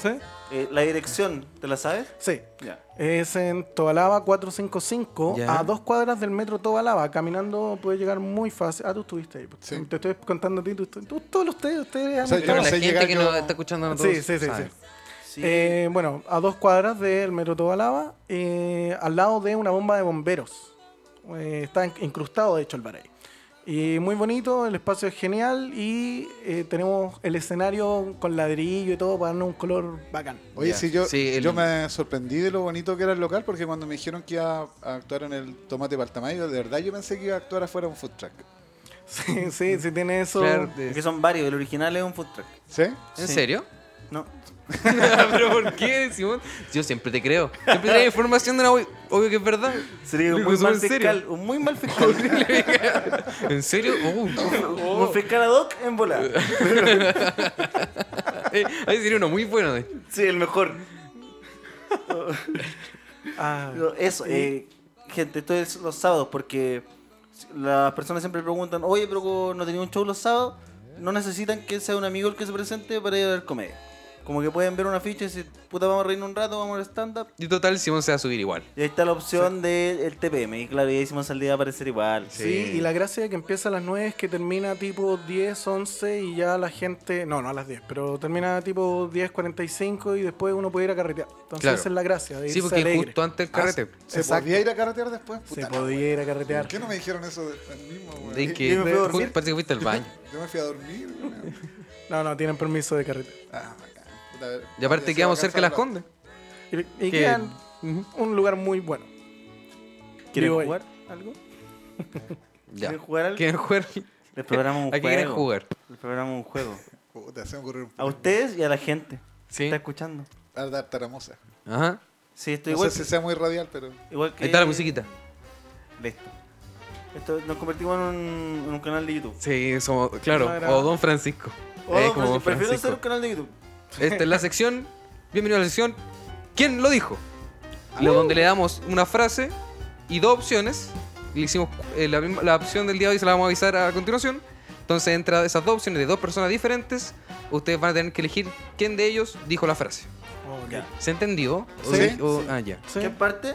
sí, Eh, la dirección, ¿te la sabes? sí. Ya. Es en Tobalaba 455, Ya. a dos cuadras del metro Tobalaba. Caminando puede llegar muy fácil. Ah, tú estuviste ahí. Sí. Te estoy contando a ti. Tú, tú- todos los- ustedes, ustedes han sea, Pero estado. no la sé gente llegar que yo- nos está escuchando a nosotros. Sí, sí, sí. sabe. sí. Sí. Eh, bueno, a dos cuadras del metro Tobalaba, eh, al lado de una bomba de bomberos. Eh, está in- incrustado, de hecho, el bar ahí. Y muy bonito, el espacio es genial y eh, tenemos el escenario con ladrillo y todo para darnos un color bacán. Oye, Ya. sí, yo, Sí, el- yo me sorprendí de lo bonito que era el local porque cuando me dijeron que iba a actuar en el Tomate Paltamayo, de verdad yo pensé que iba a actuar afuera de un food truck. Sí, sí, sí, tiene eso. Claro, Es de- que son varios, el original es un food truck. ¿Sí? ¿En Sí. serio? No, ¿Pero por qué, Simón? Yo siempre te creo. Siempre traes información de una web. Obvio que es verdad. sería un Digo, muy ¿son mal en serio? fiscal, un muy mal fiscal. ¿En serio? Uh, Un fiscal ad hoc en bola. eh, ahí sería uno muy bueno. eh. Sí, el mejor. Ah, Pero Eso, eh, gente, esto es los sábados porque las personas siempre preguntan, oye, pero como no tenía un show los sábados, no necesitan que sea un amigo el que se presente para ir a ver comedia. Como que pueden ver una ficha y decir, puta, vamos a reírnos un rato, vamos al stand-up. Y total, Simón se va a subir igual. Y ahí está la opción del TPM. Y claro, y ahí hicimos al día aparecer igual. Sí, y la gracia de que empieza a las 9 es que termina tipo 10, 11 y ya la gente, no, no a las 10, pero termina tipo 10, 45 y después uno puede ir a carretear. Entonces Claro. esa es la gracia de irse Sí, porque alegre. justo antes del carrete. ¿Se Exacto. podía ir a carretear después? Puta, Se la podía ir a wea. carretear. ¿Por qué no me dijeron eso de- al mismo, weón? De que yo me fui a dormir. ju- parece que fuiste al baño. Yo me fui a dormir, weón. No, no, tienen permiso de carretear. Ah, bacán. Puta, a ver, Y aparte había quedamos sido cerca de las bacán condes. Y, y Que- quedan un lugar muy bueno. ¿Quieren Digo, jugar? ¿Algo? Ya. ¿Quieren jugar algo? ¿Quieren jugar? Les programamos un ¿A qué juego. quieren jugar? Les programamos un juego. hablar. Puta, se me ocurrió un- A ustedes y a la gente. Sí. ¿Está escuchando? a la taramosa. Ajá. Sí, estoy No igual. sé si sea muy radial, pero... igual que... Ahí está la musiquita. Listo. Esto, nos convertimos en un, en un canal de YouTube. Sí, somos, claro, No era- o Don Francisco. Oh, Eh, Francisco, como Don prefiero hacer un Francisco. canal de YouTube. Esta es la sección, bienvenido a la sección ¿Quién lo dijo? Lo donde le damos una frase y dos opciones. Le hicimos eh, la, misma- la opción del día de hoy, se la vamos a avisar a continuación. Entonces entra esas dos opciones de dos personas diferentes. Ustedes van a tener que elegir quién de ellos dijo la frase. Ok. Ya. ¿Se entendió? ¿O Sí, di- o- sí. Ah, ya. Oh, Sí. ¿Qué parte?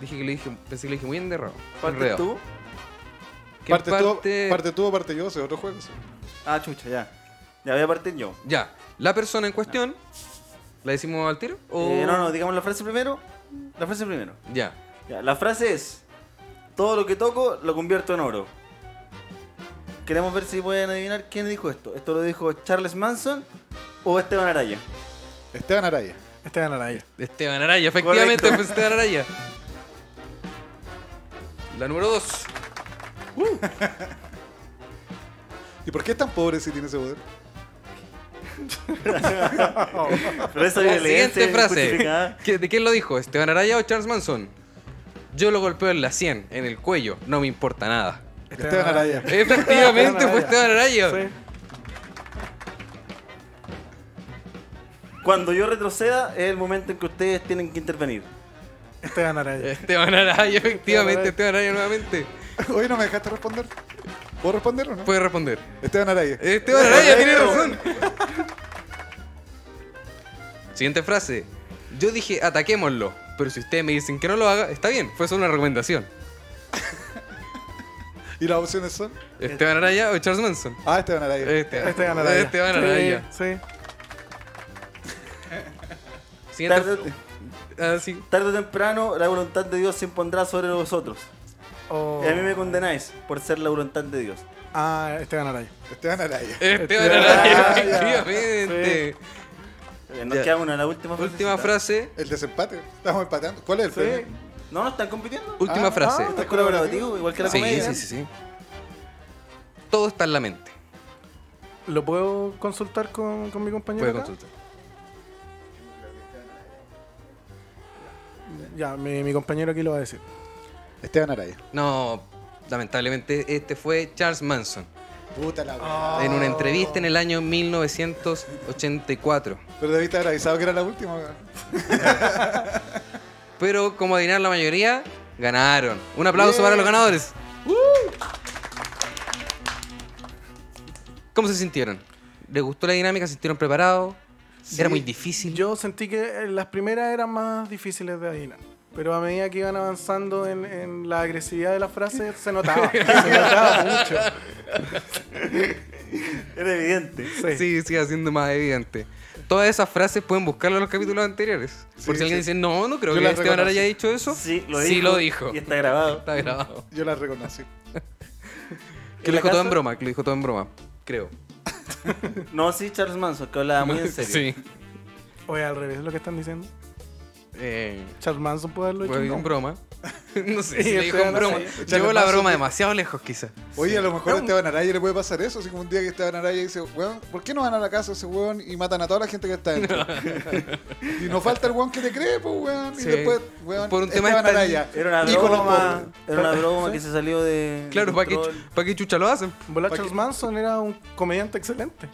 Dije que le dije, pensé que le dije muy enredado. ¿Parte Enredado. tú? Que Parte, tú, parte- parte tú o parte yo, ese es otro juego. ese. Ah, chucha, ya. Ya voy a partir yo. Eh, Ya, la persona en cuestión, ¿la decimos al tiro? O... Eh, no, no, digamos la frase primero. La frase primero. Ya. Ya, la frase es: Todo lo que toco lo convierto en oro. Queremos ver si pueden adivinar quién dijo esto. ¿Esto lo dijo Charles Manson o Esteban Araya? Esteban Araya. Este ganará ahí. Esteban Araya, efectivamente, Correcto. fue Esteban Araya. La número dos. ¿Y por qué es tan pobre si tiene ese poder? Pero esa La violencia siguiente frase. injustificada. ¿Qué- ¿De quién lo dijo? ¿Esteban Araya o Charles Manson? Yo lo golpeo en la sien, en el cuello. No me importa nada. Esteban, Araya. Efectivamente, fue Esteban Araya. Sí. Cuando yo retroceda es el momento en que ustedes tienen que intervenir. Este ganará ahí. Esteban Araya, efectivamente, Esteban Araya nuevamente. Hoy no me dejaste responder. ¿Puedo responder o no? Puede responder. Esteban Araya. Esteban Araya tiene razón. Siguiente frase. Yo dije, ataquémoslo. Pero si ustedes me dicen que no lo haga, está bien. Fue solo una recomendación. ¿Y las opciones son? Esteban Araya o Charles Manson. Ah, Esteban Araya. Esteban, Este ganará ahí. Esteban Araya. Sí, sí. Siguiente. Tarde, Ah, sí. tarde o temprano la voluntad de Dios se impondrá sobre vosotros. O- Y Eh, a mí me condenáis por ser la voluntad de Dios. Oh. Ah, este ganará ahí. Esteban Araya. Esteban Esteban Araya, Araya. efectivamente. Eh, Nos Ya. queda una, la última frase. Última frase. El desempate. Estamos empatando. ¿Cuál es el Sí. premio? No, no están compitiendo. Última Ah, frase. ah, Está colaborativo, igual que la sí, comedia. sí, sí, sí. Todo está en la mente. ¿Lo puedo consultar con, con mi compañero? Puede acá? consultar. Ya, mi, mi compañero aquí lo va a decir. Esteban Araya. No, lamentablemente este fue Charles Manson. Puta la wea. En una entrevista en el año 1984. Pero debiste haber avisado que era la última. wea. Pero como adivinaron la mayoría, ganaron. Un aplauso para los ganadores. Uh. ¿Cómo se sintieron? ¿Les gustó la dinámica? ¿Se sintieron preparados? ¿Era muy difícil? Yo sentí que eh, las primeras eran más difíciles de adivinar. Pero a medida que iban avanzando en, en la agresividad de las frases, se notaba. se notaba mucho. Era evidente. Sí. Sí, sigue siendo más evidente. Todas esas frases pueden buscarlas en los capítulos anteriores. Por si alguien dice, no, no creo Yo que las Esteban reconozco. haya dicho eso. Sí, lo dijo. Sí lo dijo. Y está grabado. Está grabado. Yo la reconocí. Que ¿En la lo dijo todo casa? en broma, que lo dijo todo en broma. Creo. No, sí, Charles Manson, que hablaba muy en serio. Sí. Oye, al revés lo que están diciendo. Eh, Charles Manson puede haberlo hecho. fue en No. broma. No sé Sí, si lo dijo Esteban en broma. Araya. Llevó la Charles broma Manson. demasiado lejos, quizás. Oye, a lo mejor No. a Esteban Araya le puede pasar eso. Así como un día que Esteban Araya dice, weón, ¿por qué no van a la casa ese weón y matan a toda la gente que está dentro? y nos falta el weón que te cree, pues, weón. Y Sí. después, weón, Por un tema Esteban de- Araya. Era una ícono broma. pobre. Era una broma que se salió de. Claro, ¿para qué, control. pa' qué chucha lo hacen? Volá, ¿Para Charles qué? Manson era un comediante excelente.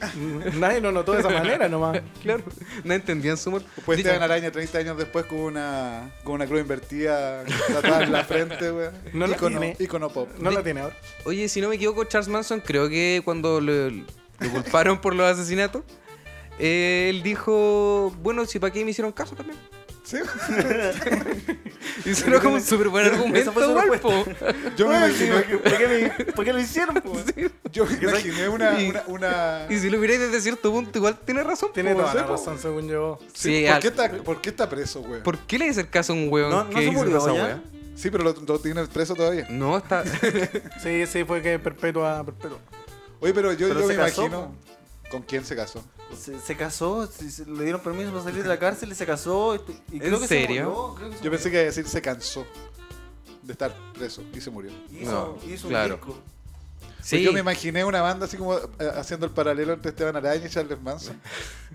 Nadie lo notó de esa manera nomás. Claro. No entendían su humor. Pues Dicho- Esteban Araña 30 años después con una, con una cruz invertida tatuada en la frente, weón. No la Ícono- tiene. ícono pop. No la tiene ahora. Oye, si no me equivoco, Charles Manson, creo que cuando lo, lo culparon por los asesinatos, eh, él dijo, bueno, si para qué me hicieron caso también. Sí. Y suena como un súper buen argumento, Esa fue su igual, Yo me Bueno, sí, imaginé, ¿por qué- ¿Por qué me- por qué lo hicieron? po? yo me imaginé una, Y- una, una- po. Y si lo miráis desde cierto punto, igual tiene razón. Tiene po. toda la po. razón, según yo. Sí, ¿por, al- qué está, por qué está preso, weón? ¿Por qué le hice el caso a un weón No, no que se hizo murió esa ya. wea? Sí, pero lo, lo tiene preso todavía. No, está... Sí, sí, fue que perpetua, perpetua. Oye, pero yo, Pero yo se me casó, imagino... ¿Con quién se casó? Se, se casó, se- se- le dieron permiso para salir de la cárcel y se casó. este, Y ¿En creo que se serio? murió, creo que se Yo pensé murió. que iba a decir se cansó de estar preso y se murió. Hizo, No, hizo claro. un disco. Sí, Pues yo me imaginé una banda así como eh, haciendo el paralelo entre Esteban Araya y Charles Manson.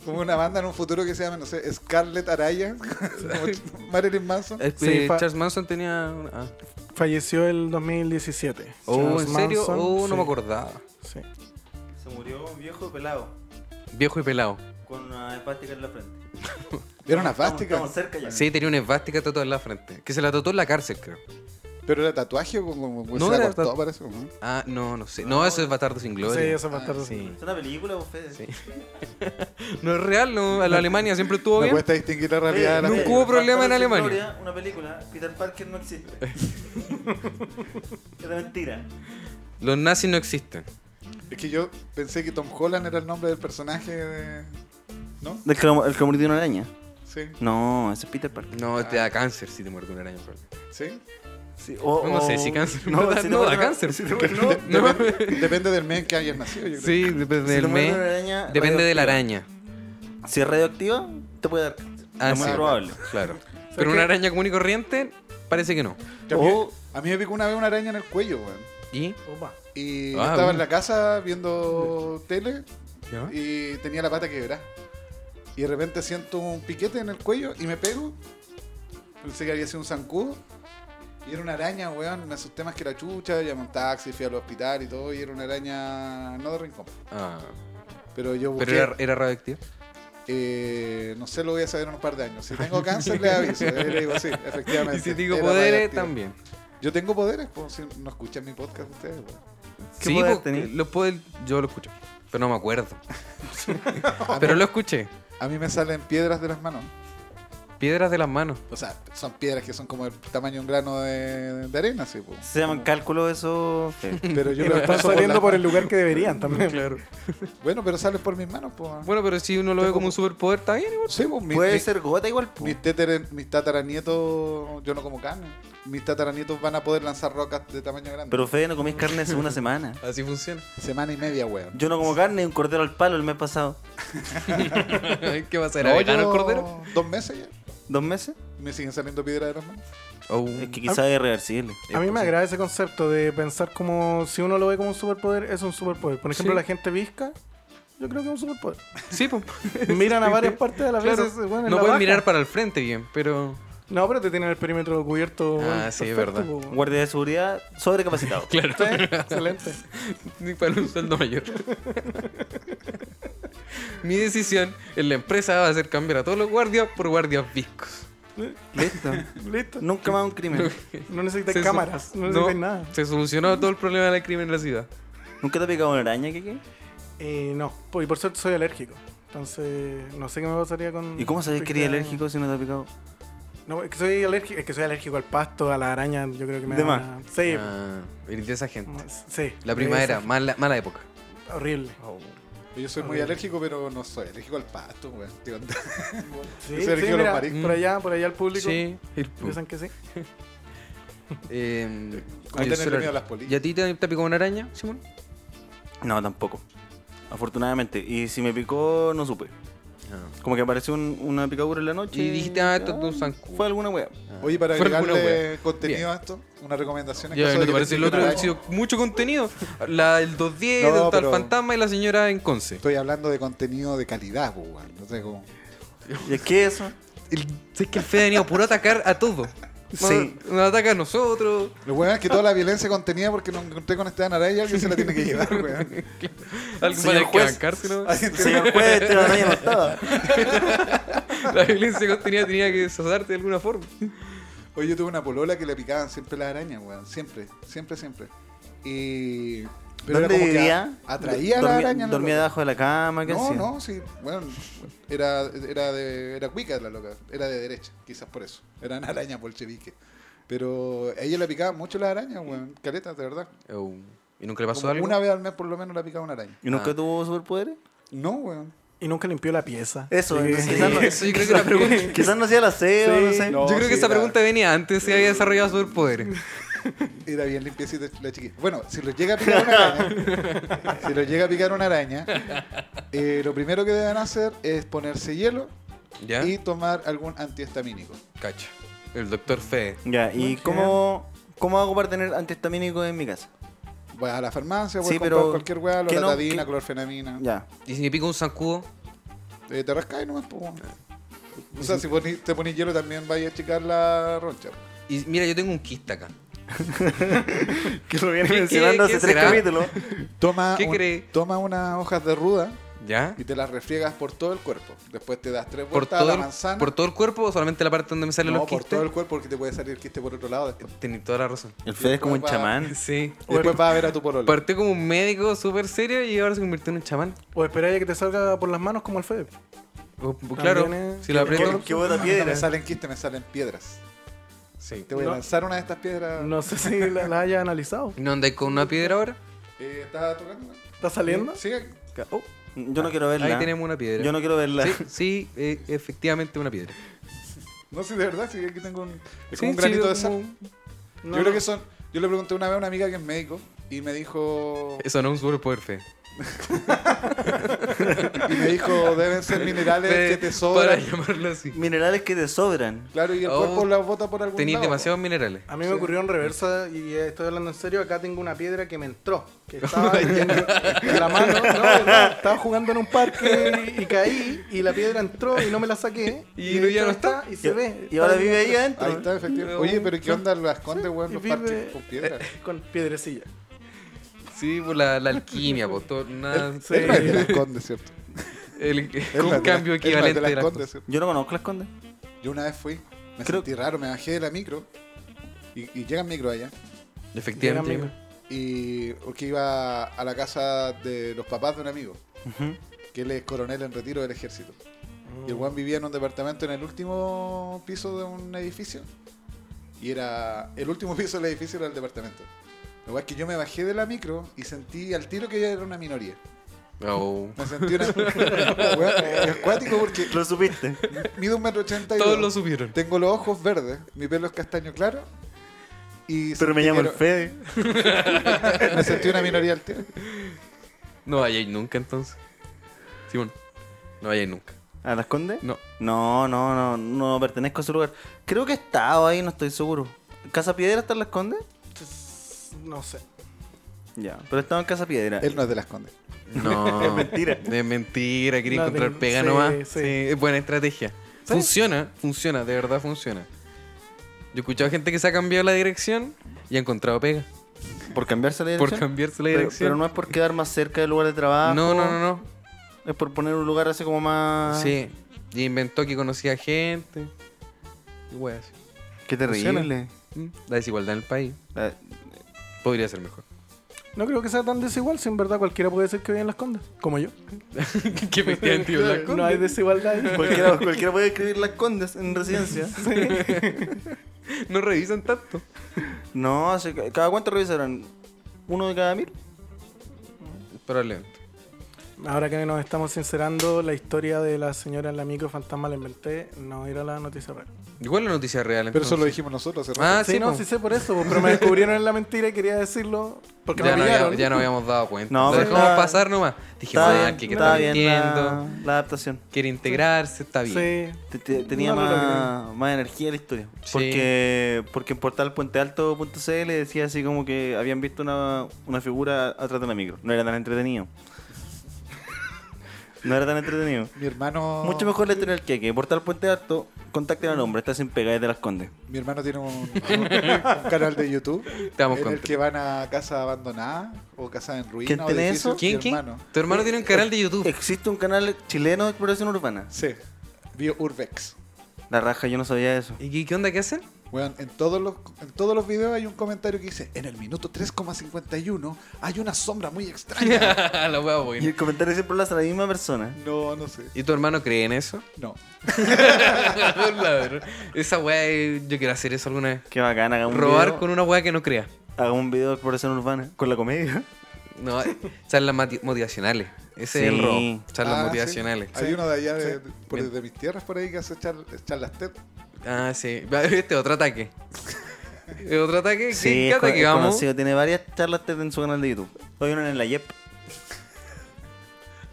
Como una banda en un futuro que se llame, no sé, Scarlett Araya, como Marilyn Manson. eh, Sí, fa- Charles Manson tenía... una- ah. Falleció el 2017. Oh, Charles ¿en serio? Manson, Oh, no sí, me acordaba. sí. Se murió un viejo pelado Viejo y pelado. con una hepática en la frente. Era una Estamos- fástica. Estamos cerca ya. Sí, tenía una esvástica tatuada en la frente. Que se la tatuó en la cárcel, creo. Pero era tatuaje, o como, como No, se la era cortó, tatu- parece. ¿no? Ah, no, no sé. No, eso es Bastardo sin Sí, Gloria. eso va a estar Ah, sí. así. Es una película, vos, Fede. Sí. No es real, no. A la Alemania siempre estuvo Me bien. cuesta distinguir la Oye, realidad de la nunca oye, película. hubo problema en Bastardos sin Alemania. Gloria, Una película, Peter Parker no existe. Era mentira. Los nazis no existen. Es que yo pensé que Tom Holland era el nombre del personaje de... ¿No? ¿Del que lo- el que mordió una araña? Sí. No, ese es Peter Parker. No, te da cáncer si te muerde una araña. Fran. ¿Sí? Sí, o- No, no sé o- si cáncer, en Oh, No, verdad, si no, te da muerde- cáncer. si te muerde- No, no. Depende, depende del mes en que hayas nacido, yo creo. Sí, depende Si del te muerde mes. una araña, Depende de la radioactiva. araña. Si es radioactiva, te puede dar cáncer. Ah, es muy sí. probable. Claro. Pero una araña común y corriente parece que no. Que a, mí, Oh. O- a mí me picó una vez una araña en el cuello, weón. ¿Y? Opa. Y Ah, estaba bueno. en la casa viendo tele ¿Ya? y tenía la pata quebrada. Y de repente siento un piquete en el cuello y me pego. Pensé que había sido un zancudo. Y era una araña, weón. Me asusté más que la chucha. Llamé un taxi, fui al hospital y todo. Y era una araña no de rincón. Ah, Pero yo busqué. pero era, era radioactiva. eh, no sé, lo voy a saber en un par de años. Si tengo cáncer, le aviso. Eh, le digo, sí, efectivamente. Y si digo era poderes, radioactiva. también. Yo tengo poderes, pues, si no escuchan mi podcast ustedes, weón. ¿Qué sí, poder po- tenés? los poder- yo lo escucho. Pero no me acuerdo. pero lo escuché. A mí me salen piedras de las manos. Piedras de las manos. O sea, son piedras que son como el tamaño de un grano de, de arena, sí, pues. po. Se llaman cálculos eso. Fer. Pero yo Y lo no están paso por saliendo las por el lugar que deberían también. Claro. manos. Bueno, pero sales por mis manos, pues. Bueno, pero si uno lo ve como un superpoder, está bien. igual. sí, pues, mi- Puede mi- ser gota igual. po. mis, téteres- mis tataranietos, yo no como carne. Mis tataranietos van a poder lanzar rocas de tamaño grande. Pero Fede no comís carne hace una semana. Así funciona. Semana y media, weón. Yo no como carne, un cordero al palo el mes pasado. ¿Qué va a ser? No, ¿Vegano el yo- cordero? Dos meses ya. ¿Dos meses? y Me siguen saliendo piedras de las manos. Oh. Es que quizás es reversible. Eh, A mí pues, me sí. agrada ese concepto de pensar como si uno lo ve como un superpoder, es un superpoder. Por ejemplo, Sí. la gente visca, yo creo que es un superpoder. Sí, pues. Miran a varias partes de la Claro. veces, bueno, en no la pueden baja. mirar para el frente bien, pero. No, pero te tienen el perímetro cubierto. Ah, bueno, sí, es perfecto, verdad. po. Guardia de seguridad sobrecapacitado. Claro. Sí, excelente. Ni para un sueldo mayor. Mi decisión en la empresa va a ser cambiar a todos los guardias por guardias viscos. Listo. Listo. Nunca más un crimen. No necesitas Se su- cámaras, no necesitas nada. Se solucionó todo el problema del crimen en la ciudad. ¿Nunca te ha picado una araña, Kiki? Eh, no, po- y por suerte soy alérgico. Entonces, no sé qué me pasaría con. ¿Y cómo sabes que eres picar- alérgico si no te ha picado? No, es que soy alérgico, es que soy alérgico al pasto, a la araña, yo creo que me De da más. una- Sí, Ah, eres de esa gente. sí. La primavera, Esa- mala, mala época. Horrible. Yo soy muy Ok. alérgico, pero no soy alérgico al pasto, weón. ¿Qué onda? Yo Sí, soy alérgico a los mira, mariscos. por allá, por allá el público. Sí. el pu- Piensan que sí. Eh, Como el tenerle solar. miedo a las polillas. ¿Y a ti te, te picó una araña, Simón? No, tampoco. Afortunadamente. Y si me picó, no supe. Como que apareció un- una picadura en la noche. Y dijiste, ah, esto es ah, un zancudo. Fue alguna wea. Oye, para Fue alguna agregarle wea. contenido Bien. a esto, una recomendación. en Ya, caso de ¿no te que parece? El pique otro una ha araña. sido mucho contenido. La, el 210, No, del tal pero- fantasma y la señora en Conce. Estoy hablando de contenido de calidad, po, weón. No sé cómo. ¿Y es que eso? El, es que el Fede ha venido puro a atacar a todo. Sí. Nos, nos ataca a nosotros. Lo bueno es que toda la violencia contenida porque nos encontré con Esteban Araya, alguien se la tiene que llevar, weón. Alguien va a Señor tener que juez. bancárselo. Señor juez, esta araña no estaba. La violencia contenida tenía que cesarte de alguna forma. Oye, yo tuve una polola que le picaban siempre las arañas, weón. Siempre, siempre, siempre. Y. ¿Dónde que vivía? a- atraía a la Dormía- araña. la Dormía loca. debajo de la cama, ¿qué No, hacía? no, sí, bueno, era, era, de, era cuica la loca, era de derecha, quizás por eso, era una araña bolchevique. Pero a ella la picaba mucho las arañas, weón, caleta, de verdad. Oh, ¿Y nunca le pasó Como algo? Una vez al mes por lo menos la picaba una araña. ¿Y nunca Ah. tuvo superpoderes? No, weón. Y nunca limpió la pieza. Eso, Sí. entonces, Sí, quizás no, eso yo creo que la pregunta. quizás no hacía el aseo, Sí, no sé. no. Yo creo sí, que esa la- pregunta venía antes si había desarrollado superpoderes. Era bien limpiecita la chiquilla. Bueno, si los llega a picar una araña, si los llega a picar una araña, eh, lo primero que deben hacer es ponerse hielo ¿Ya? y tomar algún antihistamínico. Cacha. El doctor Fede. Ya, ¿y Muy cómo, cómo hago para tener antihistamínico en mi casa? Vas a la farmacia, puedes Sí, comprar pero cualquier weá, que no, loratadina, que- clorfenamina. Ya. ¿Y si me pica un zancudo? Eh, te rascáis nomás, pues. weón. O sea, si poní- te pones hielo también vais a achicar la roncha. Y mira, yo tengo un quiste acá. Que lo viene ¿Qué- mencionando hace qué- qué tres será? capítulos. Toma, ¿Qué un- cree? toma unas hojas de ruda ¿Ya? y te las refriegas por todo el cuerpo. Después te das tres ¿Por vueltas a todo, la el, manzana. ¿Por todo el cuerpo o solamente la parte donde me salen no, los por quistes? todo el cuerpo porque te puede salir quiste por otro lado después. Tenés toda la razón. El Fede es como un Va. chamán. Sí. Y después vas a ver a tu pololo. Partió como un médico súper serio y ahora se convirtió en un chamán. O esperáis a que te salga por las manos como el Fede. O- o- Pues claro, También es- si la Que, aprieto. que bota No, No me piedra. salen quistes, me salen piedras. Sí. Te voy No. a lanzar una de estas piedras. No sé si la, la haya analizado. ¿No andáis con una piedra ahora? Eh, ¿Está tocando? ¿Está saliendo? Sí, Ca- oh, yo no quiero verla. Ahí tenemos una piedra. Yo no quiero verla. Sí, sí, eh, efectivamente una piedra. no sé, de verdad, sí, aquí tengo un, es Sí, como un granito sí, de sal. como- No, yo creo no. que son. Yo le pregunté una vez a una amiga que es médico y me dijo. Eso no es un superpoder, fe. Y me dijo, deben ser minerales Fe, que te Para sobran. llamarlo así. Minerales que te sobran. Claro, y el Oh, cuerpo las bota por algún Tenéis lado. demasiados minerales. A mí me ocurrió en reversa, y eh, estoy hablando en serio, acá tengo una piedra que me entró, que estaba en, en la mano, no, no, estaba jugando en un parque y, y caí, y la piedra entró y no me la saqué. Y no- ya no está. Y Y, se ve. y ahora Está vive ahí dentro, adentro. Ahí está, efectivamente. Oh, Oye, pero ¿qué onda lo esconde, weón? y Los vive- parches con piedra. Con piedrecilla. Sí, por la, la alquimia, por todo. Nada, Sí. Es la que la esconde, ¿cierto? el- Es la un que la- cambio es la que la equivalente de las esconde, cosas. ¿cierto? Yo no conozco las condes. Yo una vez fui, me Creo- sentí raro, me bajé de la micro y, y llega el micro allá. Efectivamente. Llega Y porque iba a la casa de los papás de un amigo, que él es coronel en retiro del ejército. Y el Juan vivía en un departamento en el último piso de un edificio. Y era. El último piso del edificio era el departamento. Lo cual es que yo me bajé de la micro y sentí al tiro que yo era una minoría. Oh. Me sentí una. Weón, es acuático porque Lo supiste. mido un metro ochenta y Todos dos. lo supieron. Tengo los ojos verdes, mi pelo es castaño claro. Y Pero me sentí llamo que el Fede. era- Me sentí una minoría al tiro. No vayáis nunca entonces. Simón, no vayáis nunca. ¿A las condes? No. No, no, no, no pertenezco a ese lugar. Creo que he estado ahí, no estoy seguro. ¿Casa Piedra está en las condes? No sé. Ya, pero estaba en Casa Piedra. Él no es de las condes. No. Es mentira. Es mentira, quería No, encontrar tengo- pega sí, nomás. sí. Sí, es buena estrategia. Sí. Funciona, funciona, de verdad funciona. Yo he escuchado gente que se ha cambiado la dirección y ha encontrado pega. ¿Por cambiarse la Por dirección? cambiarse la Pero- dirección. Pero, no es por quedar más cerca del lugar de trabajo. no, no, no, no. Es por poner un lugar así como más. Sí. Y inventó que conocía gente. Y weas. Qué terrible. Mm, La desigualdad en el país Eh, podría ser mejor. No creo que sea tan desigual, si en verdad cualquiera puede decir que vive en las condes, como yo. que efectivamente iba a hablar con- No hay desigualdad ahí. Cualquiera, cualquiera puede escribir las condes en residencia. No revisan tanto. No, así que- ¿cada cuánto revisarán? ¿Uno de cada mil? Probablemente. Ahora que nos estamos sincerando, la historia de la señora en la micro fantasma la inventé, no era la noticia real. Igual la noticia real. Pero eso lo entonces. dijimos nosotros hace rato. Ah, sí, sí, no, po. sí sé por eso, po, pero me descubrieron en la mentira y quería decirlo porque ya, me no pillaron. había- ya no habíamos dado cuenta. No, No, lo pero dejamos está- pasar nomás. Dijimos, Está ah, que que está está bien la, mintiendo, la adaptación. quiere integrarse, está bien. Sí. Te- te- tenía No, no, no, más, más energía la historia. Sí. Porque, porque en portal puentealto.cl decía así como que habían visto una, una figura atrás de una micro. No era tan entretenido. No era tan entretenido. Mi hermano. Mucho mejor la historia del queque. Portal Puente Alto, contacten al hombre, está sin pega desde las condes. Mi hermano tiene un, un canal de YouTube damos en el cuenta. que van a casas abandonadas o casas en ruinas. ¿Quién o tiene edificios. eso? ¿Quién, Mi quién? hermano. Tu hermano tiene un canal de YouTube. Existe un canal chileno de exploración urbana. Sí. Bio Urbex. La raja, yo no sabía eso. ¿Y qué- qué onda que hacen? Weón, en, todos los, en todos los videos hay un comentario que dice: En el minuto 3,51 hay una sombra muy extraña. la wea Y buena. el comentario siempre lo hace la misma persona. no, no sé. ¿Y tu hermano cree en eso? No. La verdad. Esa wea, eh, yo quiero hacer eso alguna vez. Qué bacán, haga un Robar video. con una wea que no crea. Haga un video de exploración urbana con la comedia. No, eh, charlas mati- motivacionales. Ese es Sí. el robo. Charlas Ah, sí. motivacionales. Hay uno de allá, de, por- Bien. de mis tierras por ahí, que hace char- charlas TED. Ah, sí. Este otro ataque. otro ataque. Sí, ¿Qué, es qué co- ataque es vamos? conocido, Tiene varias charlas TED en su canal de YouTube. Hay una en la YEP.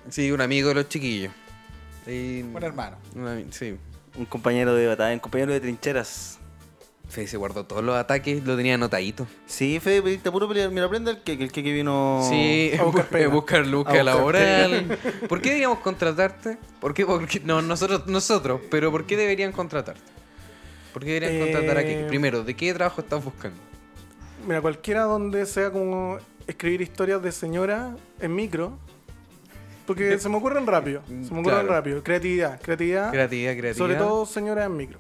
Sí, un amigo de los chiquillos. Y- Buen hermano. un ami- sí. Un compañero de batalla, un compañero de trincheras. Fede se guardó todos los ataques, lo tenía anotadito. Sí, Fede, pediste puro pelear. Mira, prende el que el que vino. Sí, Oh, a buscar pega. buscar, buscar A Luca buscar laboral. ¿Por qué deberíamos contratarte? ¿Por qué? Porque, no, nosotros, nosotros, pero ¿por qué deberían contratarte? ¿Por qué deberían Eh, contratar a qué? Primero, ¿de qué trabajo estás buscando? Mira, cualquiera donde sea como escribir historias de señora en micro, porque se me ocurren rápido, se me ocurren Claro. rápido. Creatividad, creatividad, Creatividad, creatividad. ah, sobre todo señora en micro.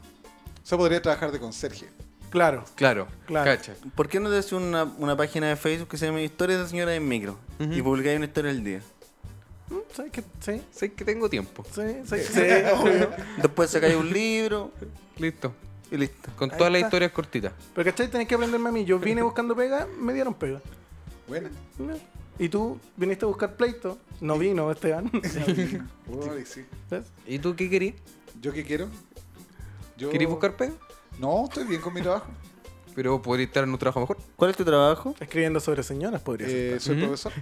Yo podría trabajar de conserje. Claro, Claro, Claro. cacha. ¿Por qué no te haces una, una página de Facebook que se llama Historias de Señora en Micro? Y publicáis una historia al día. Mm, ¿sabes qué? Sí, Sé que tengo tiempo. sí, sí, sí, obvio. Después sacáis un libro Listo. y listo. Con Ahí todas las está. historias cortitas. Pero ¿cachai? Tenés que aprenderme a mí. Yo vine buscando pega, me dieron pega. Buena. No, ¿Mm? Y tú viniste a buscar pleito. No vino, Esteban. Uy, sí. ¿Ves? ¿Y tú qué querís? ¿Yo qué quiero? Yo... ¿Querís buscar pedo? No, estoy bien con mi trabajo. Pero podrías estar en un trabajo mejor. ¿Cuál es tu trabajo? Escribiendo sobre señoras podría ser. Eh, soy Ujú. profesor.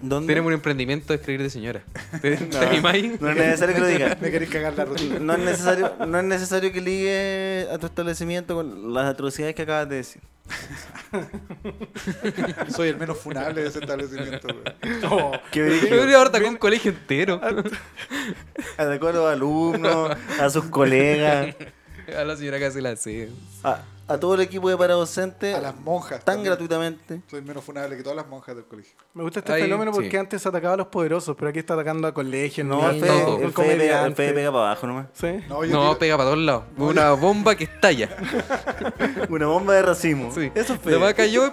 ¿Dónde? Tenemos un emprendimiento de escribir de señora. ¿Te, te animáis? No es necesario que lo digas. Me queréis cagar la rutina. No es necesario, no es necesario que ligue a tu establecimiento con las atrocidades que acabas de decir. Soy el menos funable de ese establecimiento. güey. Oh, Qué Yo brillo. debería haber atacado un colegio entero. Ah, De acuerdo a alumnos, a sus colegas, A la señora casi la hace. a, a todo el equipo de paradocentes, A las monjas. tan también. gratuitamente. Soy menos funable que todas las monjas del colegio. me gusta este Ahí, fenómeno porque sí. antes atacaba a los poderosos, pero aquí está atacando a colegios, No, el niños, Fede, todo. el Fede pega, el comediante. Fede pega para abajo nomás. Sí. No, yo No, tiro- pega para todos lados. Una bomba que estalla. Una bomba de racimo. Sí. Eso es La Fede. vaca cayó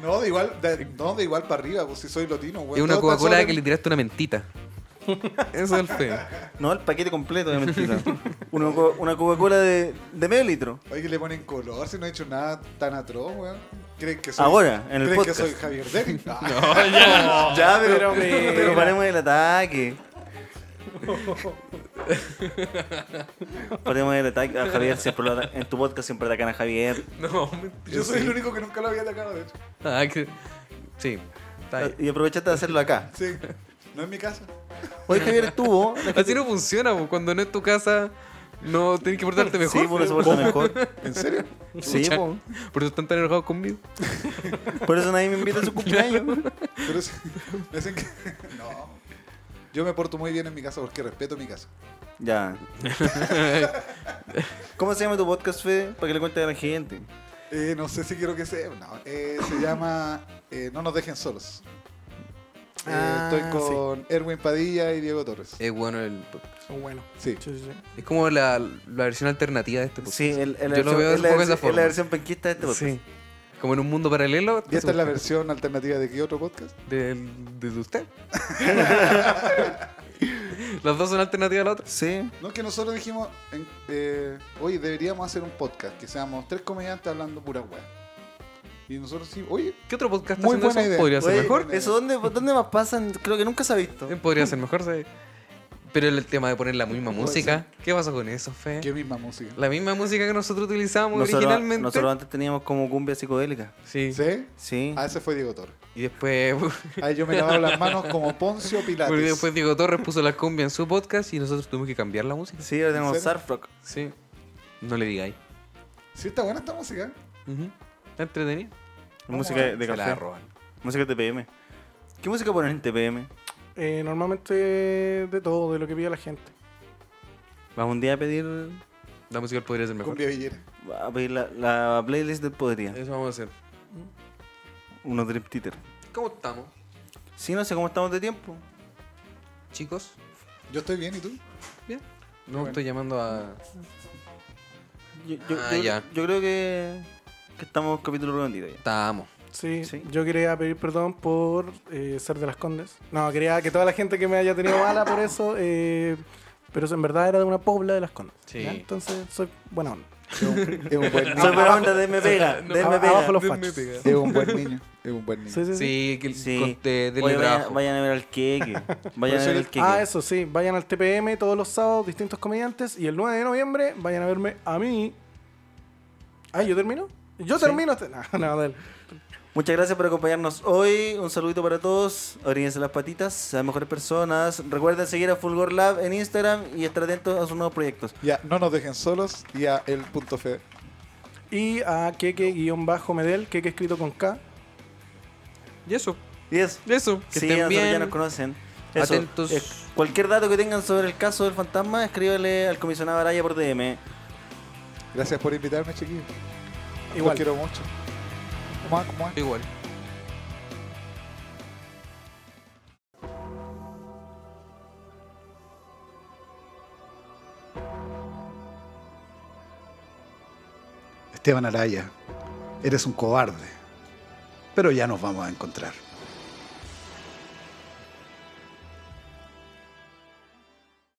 no, de igual, de, no, de igual para arriba, pues si soy lotino, güey. es una Todos tan Coca-Cola solo- que le tiraste una mentita. Eso es el feo. No, el paquete completo de mentira. una co- una Coca-Cola de, de medio litro. Oye, que le ponen color si no he hecho nada tan atroz, weón. ¿Creen que soy, Ahora, en el ¿creen podcast. que soy Javier Denis? Ah, ya, pero, pero mira. pero paremos el ataque. paremos el ataque. A Javier siempre lo ata- En tu podcast siempre atacan a Javier. No, Yo soy el único que nunca lo había atacado, de hecho. Ah, que... Sí. Está ahí. Y aprovechaste de hacerlo acá. Sí, no es mi casa. Hoy Javier estuvo. Así no funciona, po. cuando no es tu casa, no tienes que portarte mejor. Sí, por eso porta mejor. ¿En serio? Sí, Chucha. po. Por eso están tan enojados conmigo. por eso nadie me invita a su cumpleaños. Pero sí, me dicen que... No. Yo me porto muy bien en mi casa porque respeto mi casa. Ya. ¿Cómo se llama tu podcast, Fede? Para que le cuente a la gente. Eh, no sé si quiero que sea... No, eh, se llama eh, No nos dejen solos. Eh, Ah, estoy con Erwin Padilla y Diego Torres. Eh, Es bueno el... Son buenos. Sí. Sí, sí, sí. Es como la, la versión alternativa de este podcast. Sí, el, el Yo lo veo es un la poco versión- de esa Es la forma. versión penquista de este podcast. Sí. Como en un mundo paralelo. Y esta es la versión alternativa de qué otro podcast. de, de usted. Las dos son alternativas a la otra. Sí. No, que nosotros dijimos, en- eh, oye, deberíamos hacer un podcast, que seamos tres comediantes hablando pura weá. Y nosotros sí, oye, ¿Qué otro podcast está Muy haciendo buena eso? idea. Podría ser Oye, mejor. ¿Eso dónde, dónde más pasan? Creo que nunca se ha visto. Eh, Podría ser mejor, sí. Pero el tema de poner la misma Puede música. ¿Qué pasa con eso, Fe? qué misma música. La misma música que nosotros utilizamos Nosotros, originalmente. nosotros antes teníamos como cumbia psicodélica. Sí. ¿Sí? Sí. Ah, ese fue Diego Torres. Y después, Ahí yo me lavaba las manos como Poncio Pilates. porque después Diego Torres puso la cumbia en su podcast y nosotros tuvimos que cambiar la música. Sí, ahora tenemos ¿En serio? Surfrock. Sí. No le digáis. Sí, está buena esta música. ¿eh? Ujú. Está entretenida. Música de Se la café. roban. Música TPM. ¿Qué música ponen en TPM? Eh, normalmente de todo, de lo que pide la gente. Vamos un día a pedir, La música podría ser mejor. Cumbia Villera. a pedir la, la playlist del Podría. Eso vamos a hacer. Unos drip Twitter. ¿Cómo estamos, Sí, no sé cómo estamos de tiempo. chicos? Yo estoy bien, ¿y tú? Bien. No estoy llamando a. Yo, yo- Ah, yo- ya. yo creo que, que estamos capítulo redondito ya. Estamos. Sí, Sí. yo quería pedir perdón por eh, ser de las Condes. No, quería que toda la gente que me haya tenido mala por eso, eh, pero eso en verdad era de una pobla de las Condes. Sí. ¿ya? Entonces soy buena onda. Es un, es un buen Soy niño. buena onda, denme pega, denme Aba- pega. abajo los Denme fachos. pega. Es un buen niño. Es un buen niño. Sí, sí, sí. Sí, que el Sí. con- de, del Oye, trabajo. vayan, vayan a ver al queque. Vayan a eso ver yo- al queque. Ah, eso sí, vayan al TPM todos los sábados, distintos comediantes, y el 9 de noviembre vayan a verme a mí. Ah, ¿yo termino? Yo termino. este- No, no, dale. Muchas gracias por acompañarnos hoy. Un saludito para todos. Oríguense las patitas, sean mejores personas. Recuerden seguir a Fulgor Lab en Instagram y estar atentos a sus nuevos proyectos. Ya, no nos dejen solos y a el punto fe. Y a Keke-Medel, Keke escrito con K. Y eso, Y eso. y eso. Que sí, a estén nosotros bien. ya nos conocen. Eso. Atentos. Eh, cualquier dato que tengan sobre el caso del fantasma, escríbale al comisionado Araya por DM. Gracias por invitarme, chiquillos. Igual. Los quiero mucho. Muac, muac. Igual. Esteban Araya, eres un cobarde, pero ya nos vamos a encontrar.